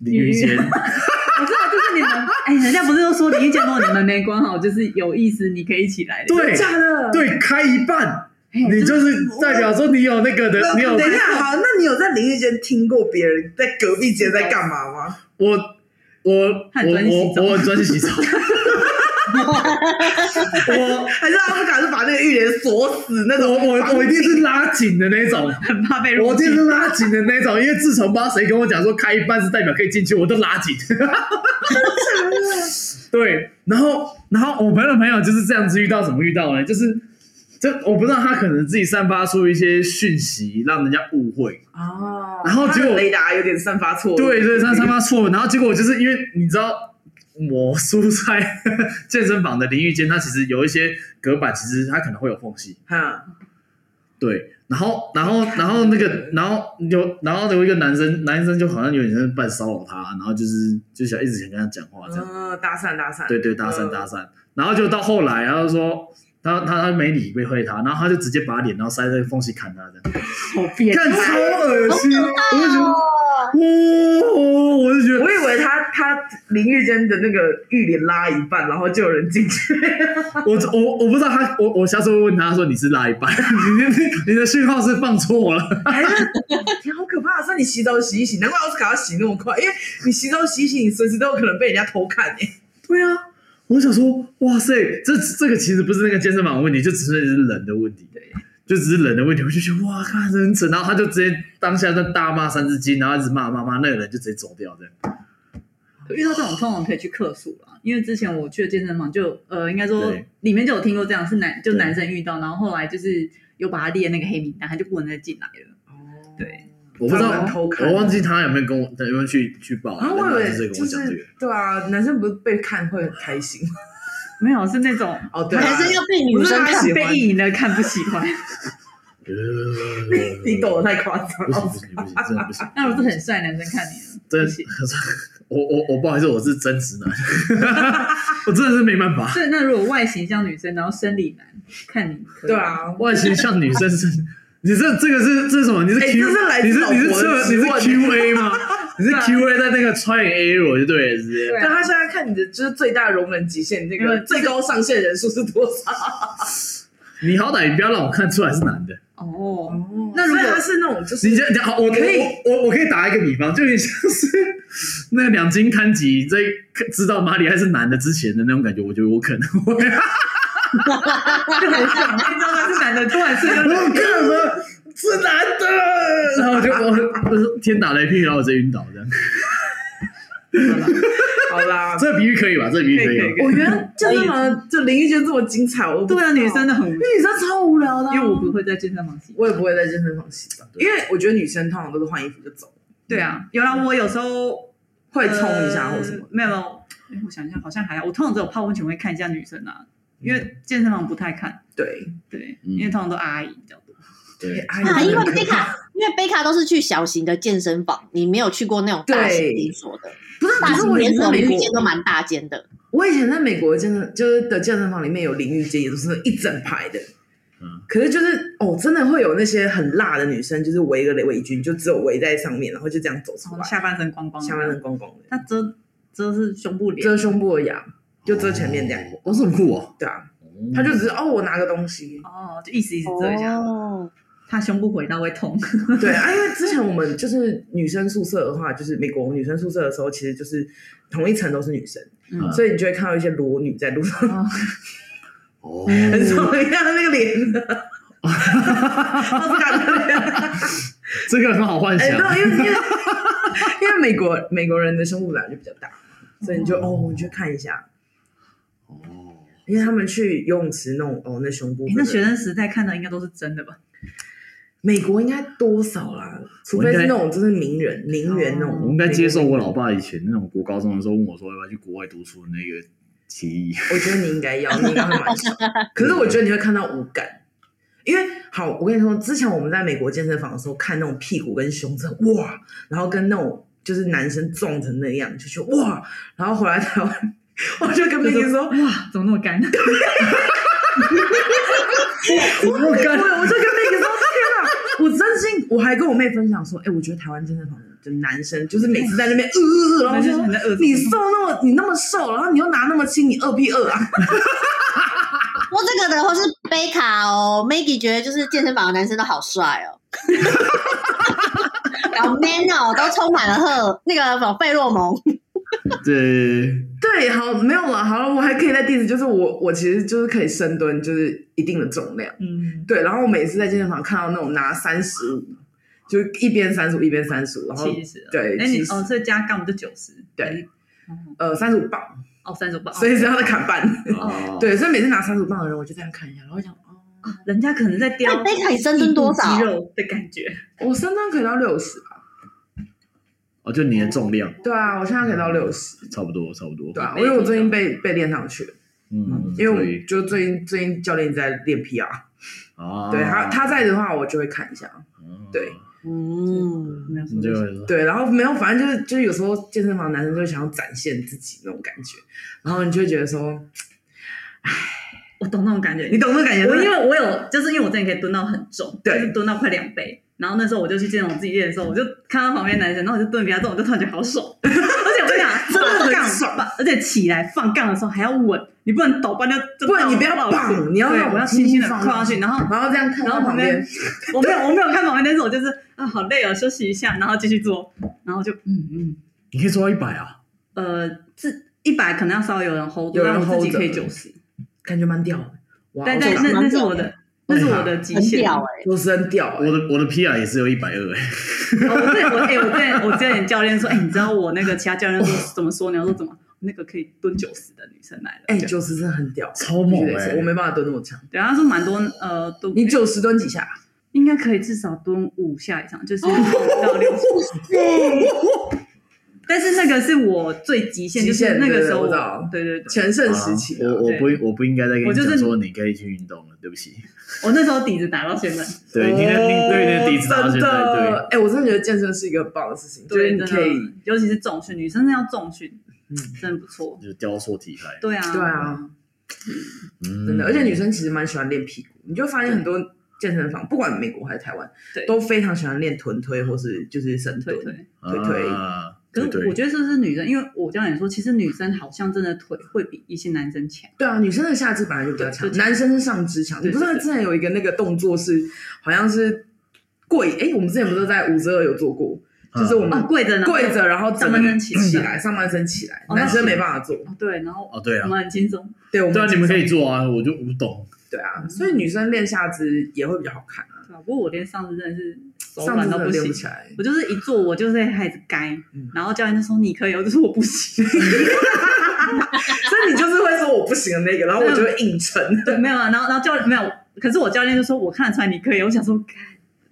[SPEAKER 5] 淋浴间，
[SPEAKER 4] 我知道，就是你们，哎，人家不是都说林一见过你们没关好，就是有意思，你可以一起来的。
[SPEAKER 5] 对
[SPEAKER 3] 假的。
[SPEAKER 5] 对，开一半，
[SPEAKER 4] 哎，
[SPEAKER 5] 你就是代表说你有那个的，
[SPEAKER 3] 那
[SPEAKER 5] 你有
[SPEAKER 3] 等一下，好，那你有在淋浴间听过别人在隔壁间在干嘛 吗？
[SPEAKER 5] 我。我
[SPEAKER 4] 他很专心洗
[SPEAKER 5] 我
[SPEAKER 4] 澡
[SPEAKER 5] 我我很专心洗澡， 我
[SPEAKER 3] 还是阿斯卡是把那个浴帘锁死那种？
[SPEAKER 5] 我我我一定是拉紧的那种，
[SPEAKER 4] 很怕被
[SPEAKER 5] 我
[SPEAKER 4] 入
[SPEAKER 5] 一定
[SPEAKER 4] 侵。
[SPEAKER 5] 是拉紧的那种，因为自从不知道谁跟我讲说开一半是代表可以进去，我都拉紧。对，然后然后我朋友的朋友就是这样子遇到，怎么遇到呢？就是这我不知道他可能自己散发出一些讯息，让人家误会。
[SPEAKER 3] 哦
[SPEAKER 5] 然后结果
[SPEAKER 3] 他的雷达有点散发错误。嗯
[SPEAKER 5] 对对，他散发错，然后结果就是因为你知道。我蔬菜 健身房的淋浴间，它其实有一些隔板，其实它可能会有缝隙。
[SPEAKER 3] 哈，
[SPEAKER 5] 对，然后，然后，然后那个，然后有，然后有一个男生，男生就好像有点在半骚扰他，然后就是就想一直想跟他讲话这样，
[SPEAKER 3] 嗯，搭讪搭讪，
[SPEAKER 5] 对对，搭
[SPEAKER 3] 嗯
[SPEAKER 5] 讪搭讪，然后就到后来，他就说他他他没理会他，然后他就直接把脸然后塞在缝隙砍他这样，
[SPEAKER 4] 好变态
[SPEAKER 5] 看超恶心，我就觉得
[SPEAKER 6] 哦
[SPEAKER 5] 哦，我就觉得
[SPEAKER 3] 我以为他他淋浴间的那个浴帘拉一半，然后就有人进去。
[SPEAKER 5] 我我我不知道他，我我下次会问他说你是拉一半， 你你你的讯号是放错了。
[SPEAKER 3] 还是天好可怕！说你洗澡洗一洗，难怪奥斯卡要洗那么快，因为你洗澡洗一洗，你随时都有可能被人家偷看哎、
[SPEAKER 5] 对啊，我想说，哇塞，这这个其实不是那个健身房的问题，就只是人的问题，就只是人的问题。我就觉得哇，看人扯，然后他就直接当下就大骂三字经，然后一直骂骂骂，那个人就直接走掉这样。
[SPEAKER 4] 遇到这种通常可以去客诉啦，因为之前我去的健身房就呃，应该说
[SPEAKER 5] 对
[SPEAKER 4] 里面就有听过这样，是男就
[SPEAKER 5] 对
[SPEAKER 4] 男生遇到，然后后来就是有把他列那个黑名单，他就不能再进来了。对，
[SPEAKER 5] 我不知
[SPEAKER 3] 他
[SPEAKER 5] 道
[SPEAKER 3] 们偷，看
[SPEAKER 5] 我忘记他有没有跟我有没有去去报，
[SPEAKER 3] 然后
[SPEAKER 5] 但
[SPEAKER 3] 我
[SPEAKER 5] 他
[SPEAKER 3] 以
[SPEAKER 5] 就
[SPEAKER 3] 为
[SPEAKER 5] 是
[SPEAKER 3] 就
[SPEAKER 5] 跟啊我讲这个。
[SPEAKER 3] 是对啊，男生不是被看会很开心吗？
[SPEAKER 4] 没有是那种
[SPEAKER 3] 哦，对、啊，
[SPEAKER 6] 还是要被 女生看
[SPEAKER 3] 喜欢
[SPEAKER 4] 被意淫的看不喜欢，
[SPEAKER 5] 呃
[SPEAKER 3] 你哦抖的太夸张
[SPEAKER 5] 不行
[SPEAKER 3] 了
[SPEAKER 5] 不。行 不行，真的不行。
[SPEAKER 4] 那如果是很帅的男生看你呢？
[SPEAKER 5] 真
[SPEAKER 4] 不行，
[SPEAKER 5] 我我我不好意思，我是真直男， 我真的是没办法。
[SPEAKER 4] 对，那如果外形像女生，然后生理男看你可以
[SPEAKER 3] 对，啊，
[SPEAKER 5] 外形像女生是， 你这这个是这是什么？你是
[SPEAKER 3] 哎
[SPEAKER 5] Q，、
[SPEAKER 3] 这是来自
[SPEAKER 5] 你是你是
[SPEAKER 3] 老婆的
[SPEAKER 5] 你是
[SPEAKER 3] 质问啊
[SPEAKER 5] QA 吗？你是 QA 在那个 try A 我就对了，直接
[SPEAKER 4] 对
[SPEAKER 3] 但他现在看你的就是最大容忍极限，那
[SPEAKER 4] 因为
[SPEAKER 3] 个最高上限人数是多少？
[SPEAKER 5] 你好歹你不要让我看出来是男的。
[SPEAKER 4] 哦，
[SPEAKER 3] 哦
[SPEAKER 4] 那如果
[SPEAKER 3] 他是那种就是
[SPEAKER 5] 你这好，我
[SPEAKER 3] 可以
[SPEAKER 5] 我我我可以打一个比方，就有点像是那个两金刊吉在知道马里还是男的之前的那种感觉，我觉得我可能会，我
[SPEAKER 4] 就很想看到他是男的，突然是个
[SPEAKER 5] 可能是男的，然后我就我我说天打雷劈，然后我直接晕倒这样。
[SPEAKER 3] 好啦，
[SPEAKER 5] 这个比喻可以吧？这个比喻可以吧。
[SPEAKER 3] 我觉得健身房就淋浴间这么精彩，我
[SPEAKER 4] 对啊，女生
[SPEAKER 3] 的，
[SPEAKER 4] 的很无聊，
[SPEAKER 3] 女生超无聊的啊，
[SPEAKER 4] 因为我不会在健身房洗。
[SPEAKER 3] 我也不会在健身房洗澡，因为我觉得女生通常都是换衣服就走，
[SPEAKER 4] 对啊，有啦，我有时候
[SPEAKER 3] 会冲一下或什么
[SPEAKER 4] 呃。没有没有，哎我想一下，好像还好。我通常只有泡温泉会看一下女生啊，因为健身房不太看，
[SPEAKER 3] 对，
[SPEAKER 4] 对，
[SPEAKER 5] 嗯
[SPEAKER 4] 因为通常都阿姨比较多。
[SPEAKER 5] 对
[SPEAKER 6] 啊，
[SPEAKER 3] 哎
[SPEAKER 6] 因
[SPEAKER 3] 呦
[SPEAKER 6] 为贝卡，因为贝卡都是去小型的健身房，你没有去过那种大型
[SPEAKER 3] 对
[SPEAKER 6] 连锁的，
[SPEAKER 3] 不是，
[SPEAKER 6] 大
[SPEAKER 3] 可是
[SPEAKER 6] 型
[SPEAKER 3] 我以
[SPEAKER 6] 连
[SPEAKER 3] 前
[SPEAKER 6] 锁
[SPEAKER 3] 在
[SPEAKER 6] 淋
[SPEAKER 3] 美
[SPEAKER 6] 浴间都
[SPEAKER 3] 国，
[SPEAKER 6] 蛮大间的。
[SPEAKER 3] 我以前在美国的健身就是的健身房里面有淋浴间，也都是一整排的。
[SPEAKER 5] 嗯
[SPEAKER 3] 可是就是哦，真的会有那些很辣的女生，就是围个围巾，就只有围在上面，然后就这样走出
[SPEAKER 4] 然后
[SPEAKER 3] 来，
[SPEAKER 4] 下半身光光的，
[SPEAKER 3] 下半身光光的，
[SPEAKER 4] 她遮遮是胸部脸，
[SPEAKER 3] 遮胸部而已啊，就遮前面这样。
[SPEAKER 5] 哦，这么酷哦！
[SPEAKER 3] 对啊，他就只是哦，我拿个东西，
[SPEAKER 4] 哦，就一直一直遮一下，怕胸部回到会痛。
[SPEAKER 3] 对啊，因为之前我们就是女生宿舍的话，就是美国女生宿舍的时候，其实就是同一层都是女生，
[SPEAKER 4] 嗯
[SPEAKER 3] 所以你就会看到一些裸女在路上，
[SPEAKER 4] 哦
[SPEAKER 5] 哦，
[SPEAKER 3] 很少人看到那个脸的。 奥斯卡的脸
[SPEAKER 5] 这个很好幻
[SPEAKER 3] 哎，
[SPEAKER 5] 想
[SPEAKER 3] 没。有，因为因为 因为美国美国人的胸部本来就比较大，所以你就哦，你去看一下，
[SPEAKER 5] 哦，
[SPEAKER 3] 因为他们去游泳池弄哦，那胸部
[SPEAKER 4] 诶
[SPEAKER 3] 会，
[SPEAKER 4] 那学生时代看的应该都是真的吧？
[SPEAKER 3] 美国应该多少啦？除非是那种就是名人名媛那种，
[SPEAKER 5] 哦我应该接受我老爸以前那种国高中的时候问我说要不要去国外读书的那个提议。
[SPEAKER 3] 我觉得你应该要，你应该会蛮爽。可是我觉得你会看到无感，因为好，我跟你说，之前我们在美国健身房的时候，看那种屁股跟胸针，哇，然后跟那种就是男生撞成那样，就觉得哇，然后回来台湾，我就跟冰冰说，
[SPEAKER 4] 哇，怎么那么 干？
[SPEAKER 5] 我干
[SPEAKER 3] 对，我就跟那个说，天哪！我真心，我还跟我妹分享说，哎、我觉得台湾健身房的男生就是每次在那边呃呃呃，然后我就
[SPEAKER 4] 男生很在饿
[SPEAKER 3] 说你瘦那么你那么瘦，然后你又拿那么轻，你二 P 二啊？
[SPEAKER 6] 说这个的话是贝卡哦，Maggie 觉得就是健身房的男生都好帅哦，好 man 哦，都充满了荷那个什么费洛蒙。
[SPEAKER 5] 对，
[SPEAKER 3] 对，好，没有了，好了，我还可以再 diss，就是我我其实就是可以深蹲，就是一定的重量。
[SPEAKER 4] 嗯，
[SPEAKER 3] 对，然后我每次在健身房看到那种拿三十五，就一边三十五一边三十五，然后
[SPEAKER 4] 七十。
[SPEAKER 3] 对，
[SPEAKER 4] 哎，你
[SPEAKER 3] 70
[SPEAKER 4] 哦，所以加杠不就九十？
[SPEAKER 3] 对，
[SPEAKER 4] 哦
[SPEAKER 3] 呃三十五磅，
[SPEAKER 4] 哦，三十八。
[SPEAKER 3] 所以是要再砍半。
[SPEAKER 5] 嗯哦，
[SPEAKER 3] 对，所以每次拿三十五磅的人，我就这样看一下，然后我想，哦，
[SPEAKER 4] 啊人家可能在雕
[SPEAKER 6] 那贝卡你深蹲多少
[SPEAKER 4] 肌肉的感觉，
[SPEAKER 3] 我深蹲可以到六十吧？
[SPEAKER 5] 哦，就你的重量
[SPEAKER 3] 对啊，我现在可以到六十。
[SPEAKER 5] 差不多，差不嗯多。
[SPEAKER 3] 对啊，因为我最近被被练上去了，
[SPEAKER 5] 嗯，
[SPEAKER 3] 因
[SPEAKER 5] 所
[SPEAKER 3] 为
[SPEAKER 5] 以
[SPEAKER 3] 我就最近最近教练一直在练 PR，
[SPEAKER 5] 啊，
[SPEAKER 3] 对他他在的话，我就会看一下。
[SPEAKER 5] 嗯
[SPEAKER 3] 对，
[SPEAKER 6] 嗯，
[SPEAKER 4] 没有什
[SPEAKER 5] 你
[SPEAKER 4] 么
[SPEAKER 5] 就
[SPEAKER 4] 东西。
[SPEAKER 3] 对，然后没有，反正就是就是有时候健身房男生就想要展现自己那种感觉，然后你就会觉得说，
[SPEAKER 4] 哦我懂那种感觉，
[SPEAKER 3] 你懂那种感觉？
[SPEAKER 4] 我
[SPEAKER 3] 对不
[SPEAKER 4] 因
[SPEAKER 3] 对
[SPEAKER 4] 为我有，就是因为我真的可以蹲到很重，
[SPEAKER 3] 对
[SPEAKER 4] 就是蹲到快两倍，然后那时候我就去健身我自己练的时候，我就看到旁边男生，然后我就蹲比他重，我就突然觉得好爽。而且 我跟你讲，真的
[SPEAKER 3] 很
[SPEAKER 4] 杠
[SPEAKER 3] 爽
[SPEAKER 4] 放而且起来放杠的时候还要稳，你不能抖，不然就
[SPEAKER 3] 不然你不要
[SPEAKER 4] 倒
[SPEAKER 3] 绑你要
[SPEAKER 4] 对
[SPEAKER 3] 那种
[SPEAKER 4] 我要轻轻的
[SPEAKER 3] 放
[SPEAKER 4] 跨上去，然后
[SPEAKER 3] 然后这样看
[SPEAKER 4] 然
[SPEAKER 3] 到
[SPEAKER 4] 后旁
[SPEAKER 3] 旁边
[SPEAKER 4] 边，我没有我没有看旁边，但是我就是啊好累哦，休息一下，然后继续做，然后就嗯嗯
[SPEAKER 5] 你可以做到一百啊，
[SPEAKER 4] 呃自一百可能要稍微有人 hold，
[SPEAKER 3] 有人
[SPEAKER 4] 但我自己
[SPEAKER 3] hold 着
[SPEAKER 4] 可以九十，
[SPEAKER 3] 感觉蛮屌的，哇，
[SPEAKER 4] 但
[SPEAKER 3] 我哎
[SPEAKER 4] 但
[SPEAKER 3] 手
[SPEAKER 4] 那
[SPEAKER 3] 上
[SPEAKER 4] 那是我的那是我的极
[SPEAKER 6] 很
[SPEAKER 4] 限，
[SPEAKER 6] 屌哎、
[SPEAKER 3] 螺丝很屌
[SPEAKER 5] 我
[SPEAKER 3] 欸，
[SPEAKER 5] 的我的 PR 也只有一百二哎，
[SPEAKER 4] 哦我对我哎、我对我之前教练说，哎、你知道我那个其他教练说怎么说？你要说怎么？那个可以蹲九十的女生来了，
[SPEAKER 3] 哎，
[SPEAKER 4] 对
[SPEAKER 3] 九十真的很屌，
[SPEAKER 5] 超猛
[SPEAKER 3] 必须得
[SPEAKER 5] 哎、
[SPEAKER 3] 说我没办法蹲那么长。
[SPEAKER 4] 对，他说蛮多呃，都
[SPEAKER 3] 你九十蹲几下？
[SPEAKER 4] 应该可以至少蹲五下以上，就是五到六下。但是那个是我最极限，
[SPEAKER 3] 极
[SPEAKER 4] 就
[SPEAKER 3] 限
[SPEAKER 4] 是那个
[SPEAKER 3] 对
[SPEAKER 4] 时候
[SPEAKER 3] 我知道
[SPEAKER 4] 对对对，
[SPEAKER 3] 全盛时期啊，
[SPEAKER 5] 我我不
[SPEAKER 4] 对
[SPEAKER 5] 我不应该再跟
[SPEAKER 4] 我
[SPEAKER 5] 你
[SPEAKER 4] 就是
[SPEAKER 5] 讲说你可以去运动了，对不起。
[SPEAKER 4] 我那时候底子打到现在，
[SPEAKER 5] 对，你的你对你的底子
[SPEAKER 3] 哦
[SPEAKER 5] 到
[SPEAKER 3] 呃真
[SPEAKER 5] 现在对
[SPEAKER 3] 的，。哎，我真的觉得健身是一个很棒的事情，就是
[SPEAKER 4] 对，
[SPEAKER 3] 你
[SPEAKER 4] 真
[SPEAKER 3] 可
[SPEAKER 4] 的
[SPEAKER 3] 以，，
[SPEAKER 4] 尤其是重训，女生真的要重训，
[SPEAKER 3] 嗯
[SPEAKER 4] 真的不错。
[SPEAKER 5] 就是雕塑体态，
[SPEAKER 4] 对啊，
[SPEAKER 3] 对，啊，
[SPEAKER 5] 嗯，
[SPEAKER 3] 真的，而且女生其实蛮喜欢练屁股，你就发现很多健身房，不管美国还是台湾，
[SPEAKER 4] 对
[SPEAKER 3] 都非常喜欢练臀推或是就是深
[SPEAKER 4] 对
[SPEAKER 3] 蹲，
[SPEAKER 4] 对。
[SPEAKER 3] 腿腿
[SPEAKER 5] 啊
[SPEAKER 4] 可
[SPEAKER 5] 对
[SPEAKER 4] 是
[SPEAKER 5] 对，
[SPEAKER 4] 我觉得是不是女生？因为我教你说，其实女生好像真的腿会比一些男生强。
[SPEAKER 3] 对啊，女生的下肢本来就比较强，
[SPEAKER 4] 对
[SPEAKER 3] 男生是上肢强。你
[SPEAKER 4] 对
[SPEAKER 3] 不知道
[SPEAKER 4] 对对
[SPEAKER 3] 之前有一个那个动作是，好像是跪，哎，我们之前不是在五十二有做过，就是我们
[SPEAKER 4] 哦，跪着呢，
[SPEAKER 3] 嗯跪着，然后整个
[SPEAKER 4] 上半身起
[SPEAKER 3] 起
[SPEAKER 4] 来
[SPEAKER 3] 来，上半身起来，
[SPEAKER 4] 哦
[SPEAKER 3] 男生
[SPEAKER 4] 那
[SPEAKER 3] 没
[SPEAKER 4] 是
[SPEAKER 3] 办法做。
[SPEAKER 4] 哦，对，然后
[SPEAKER 5] 哦对
[SPEAKER 4] 我
[SPEAKER 5] 啊，
[SPEAKER 4] 们很轻松，
[SPEAKER 3] 对，我们
[SPEAKER 5] 对啊，你们可以
[SPEAKER 3] 做。
[SPEAKER 5] 做啊，我就我不懂，
[SPEAKER 3] 对
[SPEAKER 4] 嗯
[SPEAKER 3] 啊，所以女生练下肢也会比较好看啊，
[SPEAKER 4] 对吧？不过我练上肢真的是手
[SPEAKER 3] 上肢
[SPEAKER 4] 软到
[SPEAKER 3] 真的练
[SPEAKER 4] 行
[SPEAKER 3] 不，起来。
[SPEAKER 4] 我就是一坐我就是开始该
[SPEAKER 3] 嗯，
[SPEAKER 4] 然后教练就说你可以，我就说我 不行，
[SPEAKER 3] 所以你就是会说我不行的那个，然后我就会硬撑。
[SPEAKER 4] 对，没有啊，然后然后教练没有，可是我教练就说我看得出来你可以，我想说。干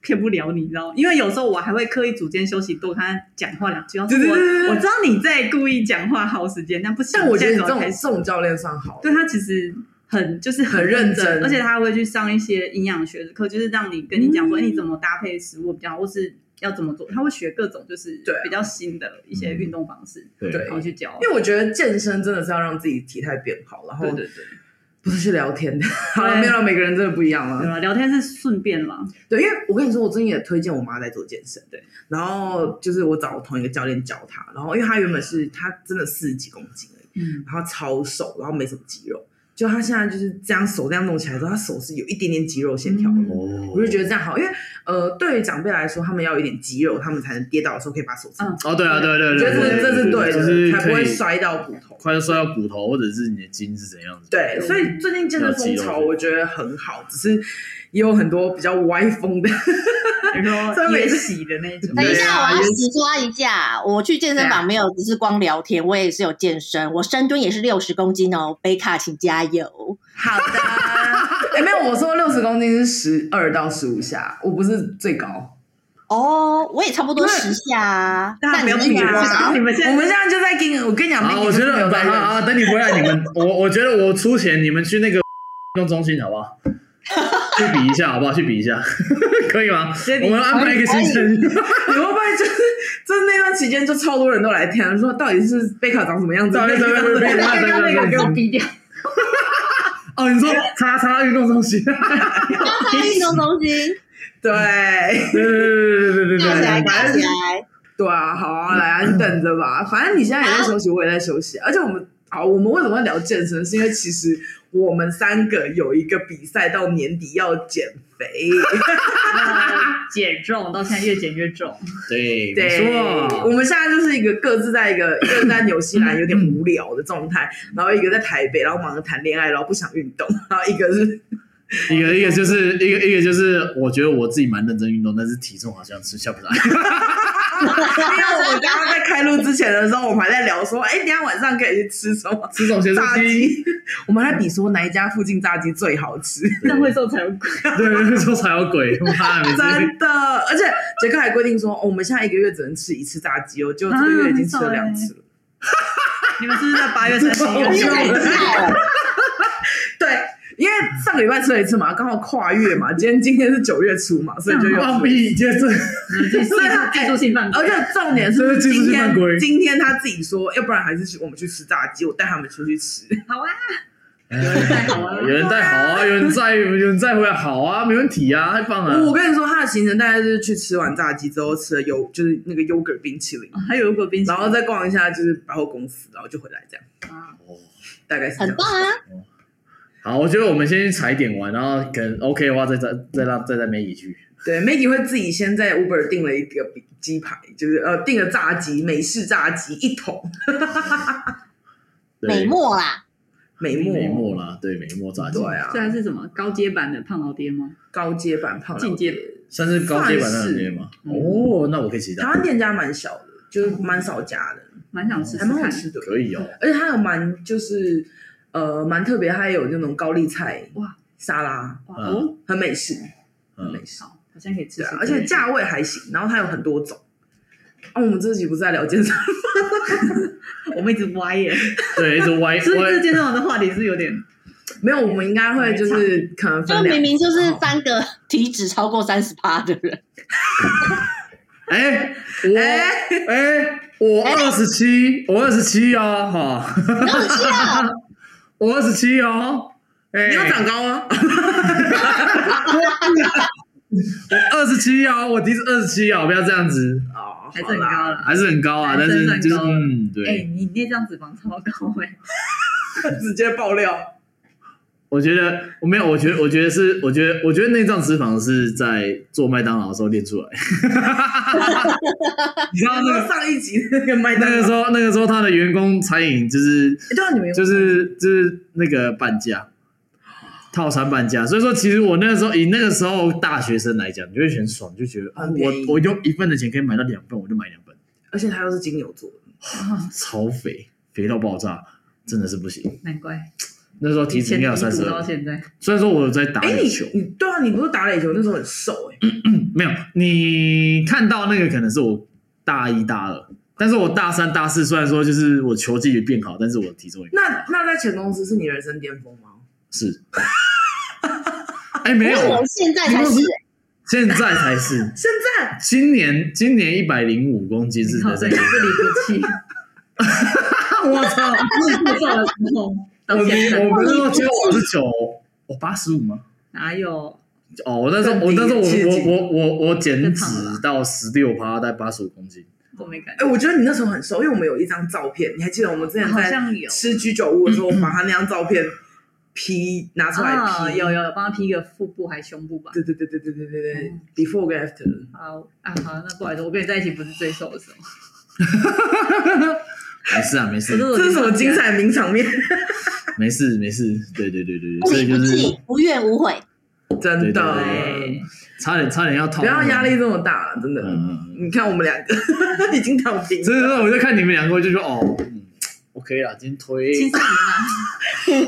[SPEAKER 4] 骗不了你，你知道吗？因为有时候我还会刻意组间休息，多跟他讲话两句。然后说
[SPEAKER 3] 对对
[SPEAKER 4] 我
[SPEAKER 3] 对对对
[SPEAKER 4] 我知道你在故意讲话耗时间，但不行。
[SPEAKER 3] 但我觉得你
[SPEAKER 4] 现
[SPEAKER 3] 这种
[SPEAKER 4] 在怎么开始
[SPEAKER 3] 这种教练算好，
[SPEAKER 4] 对他其实很就是
[SPEAKER 3] 很认
[SPEAKER 4] 认
[SPEAKER 3] 真
[SPEAKER 4] 而且他会去上一些营养学的课，就是让你跟你讲说，
[SPEAKER 3] 嗯
[SPEAKER 4] 哎、你怎么搭配食物比较好，或是要怎么做，他会学各种就是
[SPEAKER 3] 对啊
[SPEAKER 4] 比较新的一些运动方式，
[SPEAKER 5] 对
[SPEAKER 3] 对
[SPEAKER 4] 然后去教。
[SPEAKER 3] 因为我觉得健身真的是要让自己体态变好，然后
[SPEAKER 4] 对对对，
[SPEAKER 3] 不是去聊天的。好了，没有了，每个人真的不一样了
[SPEAKER 4] 对。啊，聊天是顺便啦，
[SPEAKER 3] 对，因为我跟你说，我最近也推荐我妈在做健身，
[SPEAKER 4] 对。
[SPEAKER 3] 然后就是我找同一个教练教她，然后因为她原本是她真的四十几公斤而已，
[SPEAKER 4] 嗯，
[SPEAKER 3] 然后超瘦，然后没什么肌肉，就她现在就是这样手这样弄起来之后，她手是有一点点肌肉线条的。
[SPEAKER 4] 嗯
[SPEAKER 5] 哦
[SPEAKER 3] 我就觉得这样好，因为呃，对于长辈来说，他们要有一点肌肉，他们才能跌倒的时候可以把手撑
[SPEAKER 4] 嗯
[SPEAKER 3] 起
[SPEAKER 5] 哦，对啊，对对
[SPEAKER 3] 来，我觉
[SPEAKER 5] 对，
[SPEAKER 3] 得这这是对
[SPEAKER 5] 就
[SPEAKER 3] 的，
[SPEAKER 5] 是
[SPEAKER 3] 才不
[SPEAKER 5] 可
[SPEAKER 3] 会
[SPEAKER 5] 以
[SPEAKER 3] 摔到骨头。
[SPEAKER 5] 快就摔到骨头，或者是你的筋是怎样子？
[SPEAKER 3] 对，所以最近健身风潮我觉得很好，只是也有很多比较歪风的。
[SPEAKER 4] 比如
[SPEAKER 3] 这
[SPEAKER 4] 说
[SPEAKER 3] 每
[SPEAKER 4] 约
[SPEAKER 3] 次
[SPEAKER 4] 洗的那一种。
[SPEAKER 6] 等一
[SPEAKER 3] 对
[SPEAKER 6] 下，
[SPEAKER 3] 啊
[SPEAKER 6] 我要
[SPEAKER 3] 也
[SPEAKER 6] 实抓一下。我去健身
[SPEAKER 3] 对
[SPEAKER 6] 房
[SPEAKER 3] 啊
[SPEAKER 6] 没有，只是光聊天，我也是有健身，我深蹲也是六十公斤哦。贝卡，请加油！
[SPEAKER 3] 好 的，哎、没有，我说六十公斤是十二到十五下，我不是最高。
[SPEAKER 6] 哦，我也差不多
[SPEAKER 3] 那
[SPEAKER 6] 十下啊。
[SPEAKER 4] 大家
[SPEAKER 6] 那
[SPEAKER 4] 不要
[SPEAKER 6] 你啊
[SPEAKER 4] 比
[SPEAKER 6] 们多
[SPEAKER 4] 啦，
[SPEAKER 6] 少
[SPEAKER 4] 你？们现
[SPEAKER 3] 我
[SPEAKER 4] 在
[SPEAKER 3] 们现在就在跟，我跟你讲，
[SPEAKER 5] 啊，
[SPEAKER 3] Maggie 就
[SPEAKER 5] 我
[SPEAKER 3] 是
[SPEAKER 5] 觉得
[SPEAKER 3] 没有
[SPEAKER 5] 啊
[SPEAKER 3] 在
[SPEAKER 5] 啊，
[SPEAKER 3] 认
[SPEAKER 5] 啊等你回来，你们我我觉得我出钱，你们去那个运动中心好不好？去比一下好不好？去比一下，可以吗
[SPEAKER 4] 直接？比
[SPEAKER 5] 我们安排一个行程，
[SPEAKER 3] 你会不会就是就是那段期间就超多人都来听，啊说到底是贝卡长什么样子？
[SPEAKER 5] 到底
[SPEAKER 3] 贝卡长什么样子
[SPEAKER 5] 对对对对对对对
[SPEAKER 4] 逼掉，
[SPEAKER 5] 哦，你说叉叉运动中心，
[SPEAKER 6] 刚才运动中心，跳起来，
[SPEAKER 3] 对
[SPEAKER 5] 对对对对对对对，
[SPEAKER 6] 跳起来！
[SPEAKER 3] 对啊，好啊，来啊，你等着吧。反正你现在也在休息，我也在休息，而且我们好，我们为什么会聊健身？是因为其实我们三个有一个比赛到年底要减肥，
[SPEAKER 4] 啊 减重到现在越减越重，
[SPEAKER 5] 对，没
[SPEAKER 3] 对，我
[SPEAKER 5] 错，
[SPEAKER 3] 们现在就是一个各自在一个一个在纽西兰有点无聊的状态，然后一个在台北，然后忙着谈恋爱，然后不想运动， 然后一个是
[SPEAKER 5] 一个一个就是一个一个就是，我觉得我自己蛮认真运动，但是体重好像是下 不来。
[SPEAKER 3] 因为我们刚刚在开录之前的时候，我们还在聊说，哎、等一下晚上可以去吃什么
[SPEAKER 5] 吃种咸
[SPEAKER 3] 炸
[SPEAKER 5] 酥鸡，
[SPEAKER 3] 鸡？我们还比说哪一家附近炸鸡最好吃，
[SPEAKER 4] 这样会瘦才 有鬼。
[SPEAKER 5] 对，说才有鬼，妈的，每次
[SPEAKER 3] 真的。而且杰克还规定说、哦，我们现在一个月只能吃一次炸鸡哦，结果这个月已经吃了两次了。
[SPEAKER 4] 你们是不是在八月三十一
[SPEAKER 6] 我
[SPEAKER 4] 日
[SPEAKER 6] 现在知道了，
[SPEAKER 3] 对，因为上个礼拜吃了一次嘛，刚好跨月嘛，今天今天是九月初嘛，所以就又
[SPEAKER 5] 放
[SPEAKER 3] 吃了一次
[SPEAKER 5] 屁，这这
[SPEAKER 3] 啊
[SPEAKER 4] 技术技术性犯规
[SPEAKER 3] 而且重点
[SPEAKER 5] 这
[SPEAKER 3] 是
[SPEAKER 5] 是技
[SPEAKER 3] 今
[SPEAKER 5] 术性
[SPEAKER 3] 天
[SPEAKER 5] 犯规
[SPEAKER 3] 今天他自己说，要不然还是去我们去吃炸鸡，我带他们出去吃。
[SPEAKER 4] 好啊，太好啊
[SPEAKER 5] 有人带好啊，有人载，有人载回来好啊，没问题啊，太棒
[SPEAKER 3] 我
[SPEAKER 5] 了。
[SPEAKER 3] 跟你说，他的行程大概就是去吃完炸鸡之后吃了优，就是那个优格冰淇淋，
[SPEAKER 4] 还有一个冰淇
[SPEAKER 3] 然
[SPEAKER 4] 淋，
[SPEAKER 3] 后再逛一下就是百货公司，然后就回来这样，
[SPEAKER 4] 啊
[SPEAKER 3] 哦大概是这
[SPEAKER 6] 很
[SPEAKER 3] 样。
[SPEAKER 6] 棒啊！
[SPEAKER 5] 好，我觉得我们先去踩点玩，然后可能 OK 的话再，再再让再带梅姨去。
[SPEAKER 3] 对，Maggie 会自己先在 Uber 订了一个比鸡排，就是呃订了炸鸡，美式炸鸡一桶，
[SPEAKER 5] 对
[SPEAKER 6] 美墨啦，
[SPEAKER 3] 美墨
[SPEAKER 5] 美墨啦，对美墨炸鸡，
[SPEAKER 3] 对啊
[SPEAKER 4] 这，还是什么高阶版的胖老爹吗？
[SPEAKER 3] 高阶版胖老
[SPEAKER 4] 进阶
[SPEAKER 3] 爹
[SPEAKER 5] 算是高阶版
[SPEAKER 3] 算是啊
[SPEAKER 5] 那种店吗？哦，那我可以期待
[SPEAKER 3] 台，湾店家蛮小的，就是蛮少家的，
[SPEAKER 4] 蛮想吃吃
[SPEAKER 3] 还蛮好
[SPEAKER 4] 看。
[SPEAKER 3] 吃的，
[SPEAKER 5] 可以哦。
[SPEAKER 3] 而且它有蛮就是呃蛮特别，它也有那种高丽菜
[SPEAKER 4] 哇
[SPEAKER 3] 沙拉，
[SPEAKER 4] 哇
[SPEAKER 5] 嗯
[SPEAKER 4] 哦，
[SPEAKER 3] 很美式，很
[SPEAKER 5] 嗯
[SPEAKER 3] 美，式，
[SPEAKER 4] 好，好像可以吃
[SPEAKER 3] 对
[SPEAKER 4] 吃
[SPEAKER 3] 啊
[SPEAKER 4] 看。，
[SPEAKER 3] 而且价位还行，然后它有很多种。啊，我们这集不是在聊健身，
[SPEAKER 4] 我们一直歪耶，
[SPEAKER 5] 对，一直歪
[SPEAKER 4] 所以这
[SPEAKER 5] 歪，
[SPEAKER 4] 健身房的话题是有点
[SPEAKER 3] 没有，我们应该会就是可能
[SPEAKER 6] 就
[SPEAKER 3] 分两
[SPEAKER 6] 明明就是
[SPEAKER 3] 哦
[SPEAKER 6] 三个 体脂超过三十趴的人，
[SPEAKER 5] 哎，我
[SPEAKER 3] 哎
[SPEAKER 5] 哎，我
[SPEAKER 6] 哎
[SPEAKER 5] 二十七，我二十七哦，哈，
[SPEAKER 6] 你有气啊！
[SPEAKER 5] 我二十七哦，哎，
[SPEAKER 3] 你要长高啊吗？
[SPEAKER 5] 二十七哦，我体脂二十七哦，不要这样子，
[SPEAKER 3] 哦，
[SPEAKER 4] 还是
[SPEAKER 3] 好
[SPEAKER 4] 很
[SPEAKER 3] 啦
[SPEAKER 4] 高了。
[SPEAKER 5] 还是很高啊，
[SPEAKER 4] 还
[SPEAKER 5] 但
[SPEAKER 4] 是
[SPEAKER 5] 是
[SPEAKER 4] 很
[SPEAKER 5] 就是
[SPEAKER 4] 高
[SPEAKER 5] 嗯，
[SPEAKER 4] 哎、
[SPEAKER 5] 对，
[SPEAKER 4] 你那张脂肪超高哎、
[SPEAKER 3] 直接爆料。
[SPEAKER 5] 我觉得我没有，我觉得我觉得是，我觉得我觉得内脏脂肪是在做麦当劳的时候练出来， 你知道
[SPEAKER 3] 然
[SPEAKER 5] 那
[SPEAKER 3] 后
[SPEAKER 5] 个
[SPEAKER 3] 上一集那个麦当
[SPEAKER 5] 那个
[SPEAKER 3] 劳，
[SPEAKER 5] 时候那个时候他的员工餐饮就是
[SPEAKER 3] 哎对啊，你们有
[SPEAKER 5] 就是就是那个半价，套餐半价。所以说，其实我那个时候以那个时候大学生来讲，你就会很爽，就觉得、啊
[SPEAKER 3] 很便宜
[SPEAKER 5] 我我用一份的钱可以买到两份，我就买两份，
[SPEAKER 3] 而且他又是金牛座，
[SPEAKER 5] 超肥，肥到爆炸，真的是不行。
[SPEAKER 4] 难怪
[SPEAKER 5] 那时候体
[SPEAKER 4] 以
[SPEAKER 5] 脂应
[SPEAKER 4] 前
[SPEAKER 5] 该有
[SPEAKER 4] 低
[SPEAKER 5] 三
[SPEAKER 4] 谷
[SPEAKER 5] 十
[SPEAKER 4] 到
[SPEAKER 5] 二，
[SPEAKER 4] 现在，
[SPEAKER 5] 虽然说我有在打
[SPEAKER 3] 哎，
[SPEAKER 5] 垒
[SPEAKER 3] 你
[SPEAKER 5] 球，
[SPEAKER 3] 你对啊，你不是打垒球那时候很瘦哎，
[SPEAKER 5] 没有你看到那个可能是我大一大二。但是我大三、大四虽然说就是我球技也变好，但是我体重也
[SPEAKER 3] 那那在前公司是你人生巅峰吗？
[SPEAKER 5] 是，哎、没有，
[SPEAKER 6] 我现在才是
[SPEAKER 5] 你现在才是，
[SPEAKER 3] 现在
[SPEAKER 5] 今年今年一百零五公斤是
[SPEAKER 4] 好
[SPEAKER 5] 在
[SPEAKER 4] 这
[SPEAKER 5] 这
[SPEAKER 4] 也
[SPEAKER 5] 里，
[SPEAKER 4] 是离 不弃，
[SPEAKER 5] 我操！
[SPEAKER 4] 不瘦了之后
[SPEAKER 5] 我
[SPEAKER 4] 到现在
[SPEAKER 5] 我不是说只有我是九，我八十五吗？
[SPEAKER 4] 哪有？
[SPEAKER 5] 哦，我那时候我
[SPEAKER 3] 更低
[SPEAKER 5] 那时候
[SPEAKER 3] 接近
[SPEAKER 5] 我我我我我减
[SPEAKER 4] 更
[SPEAKER 5] 脂
[SPEAKER 4] 胖了吧
[SPEAKER 5] 到十六趴，大概八十五公斤。
[SPEAKER 4] 我没感觉，
[SPEAKER 3] 哎，我觉得你那时候很瘦，因为我们有一张照片，你还记得我们之前
[SPEAKER 4] 好
[SPEAKER 3] 在
[SPEAKER 4] 像有
[SPEAKER 3] 吃居酒屋的时候，我把他那张照片 P 拿出来
[SPEAKER 4] 啊，
[SPEAKER 3] P，
[SPEAKER 4] 有有有帮他 P 个腹部还胸部吧？
[SPEAKER 3] 对对对对对对对对
[SPEAKER 4] 嗯
[SPEAKER 3] ，before 跟 after，
[SPEAKER 4] 好啊，好，那不好意思，我跟你在一起不是最瘦的时候，
[SPEAKER 5] 没事啊，没
[SPEAKER 4] 我
[SPEAKER 5] 事，
[SPEAKER 4] 说我
[SPEAKER 3] 这是什么精？彩名场面？
[SPEAKER 5] 没事，没事。对对对对对，
[SPEAKER 6] 不
[SPEAKER 5] 所以
[SPEAKER 6] 离
[SPEAKER 5] 就
[SPEAKER 6] 不
[SPEAKER 5] 是
[SPEAKER 6] 弃，无怨无悔。
[SPEAKER 3] 真的，
[SPEAKER 5] 对差点差点要套。
[SPEAKER 3] 不要压力。这么大，真的。
[SPEAKER 5] 嗯嗯嗯。
[SPEAKER 3] 你看我们两个已经躺平了，
[SPEAKER 5] 所以说，我就看你们两个，我就说哦嗯，OK 啦，今天推。
[SPEAKER 4] 青少年啊，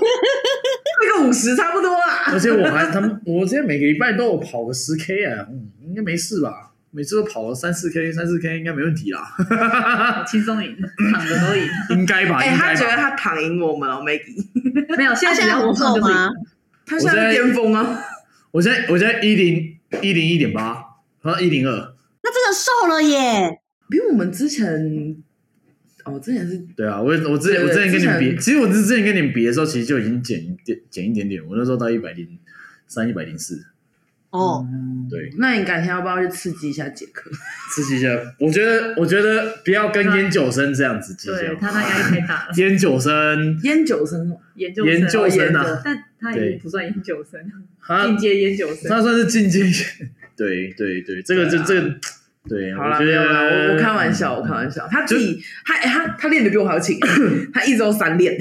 [SPEAKER 3] 那个五十差不多啦。
[SPEAKER 5] 而且我还他们， 我之前每个礼拜都有跑个十 K 啊，嗯，应该没事吧？每次都跑个三四 K，三四 K 应该没问题啦，
[SPEAKER 4] 好轻松赢，躺着都赢。
[SPEAKER 5] 应该吧？
[SPEAKER 3] 哎、
[SPEAKER 5] 应
[SPEAKER 3] 他
[SPEAKER 5] 该
[SPEAKER 3] 觉得
[SPEAKER 5] 吧？
[SPEAKER 3] 他躺赢我们了，Maggie，
[SPEAKER 4] 没有，现
[SPEAKER 3] 啊
[SPEAKER 6] 他
[SPEAKER 4] 在
[SPEAKER 6] 现在
[SPEAKER 4] 只要
[SPEAKER 6] 不
[SPEAKER 4] 我
[SPEAKER 6] 瘦
[SPEAKER 4] 胖就是赢
[SPEAKER 6] 吗？？
[SPEAKER 3] 他现在是巅峰啊！
[SPEAKER 5] 我现在我现在一零一零一点八，和一零二，
[SPEAKER 6] 那真的瘦了耶！
[SPEAKER 3] 比我们之前，哦，之前是
[SPEAKER 5] 对啊，我我之前
[SPEAKER 3] 对
[SPEAKER 5] 我之前跟你们
[SPEAKER 3] 之
[SPEAKER 5] 比，
[SPEAKER 3] 前
[SPEAKER 5] 其实我之前跟你们比的时候，其实就已经减一点减一点点，我那时候到一百零三一百零四，
[SPEAKER 6] 哦，
[SPEAKER 5] 对，
[SPEAKER 3] 那你改天要不要去刺激一下杰克？
[SPEAKER 5] 刺激一下。我觉得我觉得不要跟烟酒生这样子计
[SPEAKER 4] 对
[SPEAKER 5] 较，
[SPEAKER 4] 他那压力太大了，
[SPEAKER 5] 烟酒生啊
[SPEAKER 3] 烟酒生哦
[SPEAKER 4] 研究
[SPEAKER 5] 研究生
[SPEAKER 3] 研
[SPEAKER 5] 啊
[SPEAKER 3] 究，
[SPEAKER 4] 但他已经不算研究生，
[SPEAKER 5] 他
[SPEAKER 4] 进阶研究生。
[SPEAKER 5] 他算是进阶，对对对，这个
[SPEAKER 3] 对
[SPEAKER 5] 就
[SPEAKER 3] 啊
[SPEAKER 5] 这个，对，
[SPEAKER 3] 好啦，
[SPEAKER 5] 我觉
[SPEAKER 3] 没有
[SPEAKER 5] 得
[SPEAKER 3] 啦，我我嗯开玩笑，我开玩笑。他自己，他哎他他练的比我还要勤，欸 他一周三练，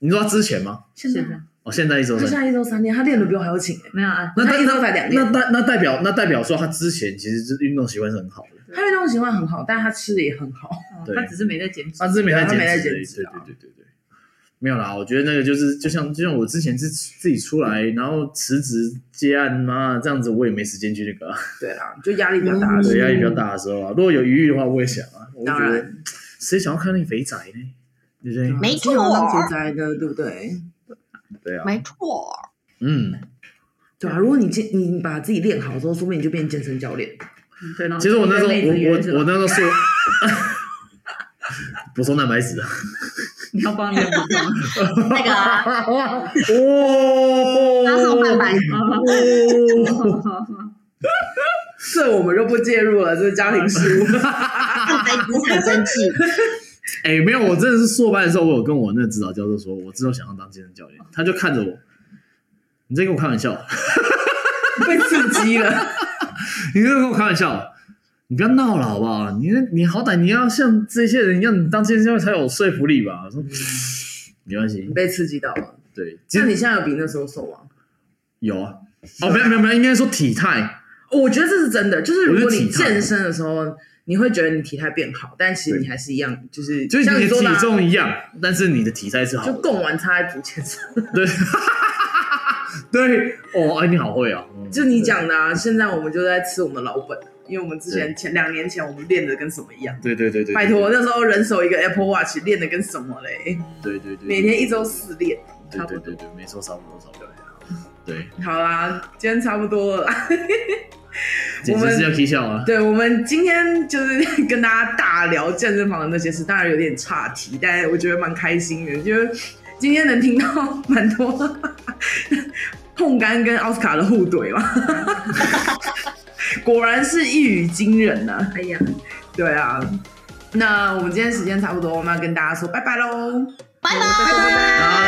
[SPEAKER 5] 你说他之前吗？
[SPEAKER 3] 现在
[SPEAKER 4] 是的
[SPEAKER 5] 哦，现在一周
[SPEAKER 3] 他现
[SPEAKER 5] 生，
[SPEAKER 3] 在一周三练，他练的比我还要勤哎。
[SPEAKER 4] 没有啊，
[SPEAKER 5] 那
[SPEAKER 3] 他
[SPEAKER 5] 代
[SPEAKER 3] 一周才两
[SPEAKER 5] 那
[SPEAKER 3] 练，
[SPEAKER 5] 代那代表那代表说他之前其实就是运动习惯是很好的，
[SPEAKER 3] 他运动习惯很好，但他吃的也很好。
[SPEAKER 4] 哦
[SPEAKER 5] 对
[SPEAKER 4] 他只是没在减脂
[SPEAKER 5] 他。之前没在
[SPEAKER 3] 啊他没在
[SPEAKER 5] 减
[SPEAKER 3] 减
[SPEAKER 5] 脂
[SPEAKER 3] 脂
[SPEAKER 5] 的，
[SPEAKER 3] 啊
[SPEAKER 5] 对对对对对，没有啦，我觉得那个就是就像就像我之前是自己出来，然后辞职接案嘛，这样子我也没时间去那 个啊，
[SPEAKER 3] 对啦，就压力比较大的时候
[SPEAKER 5] 对，压力比较大的时候啊，如果有余裕的话，我也想啊，我就觉
[SPEAKER 3] 当
[SPEAKER 5] 得
[SPEAKER 3] 然
[SPEAKER 5] 谁想要看那个肥宅呢？对不对？
[SPEAKER 6] 没错
[SPEAKER 3] 经常当肥宅的，对不对？
[SPEAKER 5] 对啊，
[SPEAKER 6] 没错，
[SPEAKER 5] 嗯。
[SPEAKER 3] 对啊，如果你健，你你把自己练好之后，说不定你就变健身教练。
[SPEAKER 4] 嗯对，然后
[SPEAKER 5] 其实我那时候，
[SPEAKER 4] 就被妹子约是
[SPEAKER 5] 我我我那
[SPEAKER 4] 吧
[SPEAKER 5] 时候是补充蛋白质啊，
[SPEAKER 4] 你要帮你们忙，
[SPEAKER 6] 那个啊
[SPEAKER 5] 哦，
[SPEAKER 6] 然后送半白，
[SPEAKER 3] 这我们就不介入了，这是家庭事务。
[SPEAKER 6] 让白子很生气。
[SPEAKER 5] 哎，没有，我真的是硕班的时候，我有跟我那个指导教授说，我之后想要当健身教练，他就看着我，你在跟我开玩笑，
[SPEAKER 3] 被刺激了。
[SPEAKER 5] 你在跟我开玩笑，你不要闹了好不好？你你好歹你要像这些人一样，你当健身教练才有说服力吧？我说嗯没关系
[SPEAKER 3] 你，被刺激到了，
[SPEAKER 5] 对，其
[SPEAKER 3] 那
[SPEAKER 5] 实
[SPEAKER 3] 你现在有比那时候瘦吗？
[SPEAKER 5] 有啊，哦，没有没有没有，应该说体态，
[SPEAKER 3] 我觉得这是真的，就是如果
[SPEAKER 5] 我觉得
[SPEAKER 3] 你
[SPEAKER 5] 体态
[SPEAKER 3] 健身的时候，你会觉得你体态变好，但其实你还是一样，就是
[SPEAKER 5] 就是
[SPEAKER 3] 像
[SPEAKER 5] 你
[SPEAKER 3] 你
[SPEAKER 5] 的
[SPEAKER 3] 说的啊
[SPEAKER 5] 体重一样，但是你的体态是好
[SPEAKER 3] 就
[SPEAKER 5] 的，
[SPEAKER 3] 供完差在补健身，
[SPEAKER 5] 对，对，哦，哎，你好会哦，嗯
[SPEAKER 3] 就你，讲的啊。现在我们就在吃我们的老本，因为我们之前前两年前我们练的跟什么一样。
[SPEAKER 5] 对对对对，对
[SPEAKER 3] 拜托，，那时候人手一个 Apple Watch，练的跟什么嘞？
[SPEAKER 5] 对对对，
[SPEAKER 3] 每天一周四练，
[SPEAKER 5] 对
[SPEAKER 3] 差不
[SPEAKER 5] 对
[SPEAKER 3] 多。
[SPEAKER 5] 对对，没错，差不多差不多。对，
[SPEAKER 3] 好啦，今天差不多了啦。
[SPEAKER 5] 简直是要踢笑啊！
[SPEAKER 3] 对，我们今天就是跟大家大聊健身房的那些事，当然有点岔题，但我觉得蛮开心的，就是今天能听到蛮多 碰干跟奥斯卡的互怼 嘛，果然是一语惊人呐、哎呀，对啊，那我们今天时间差不多，我们要跟大家说拜拜喽，
[SPEAKER 6] 拜拜。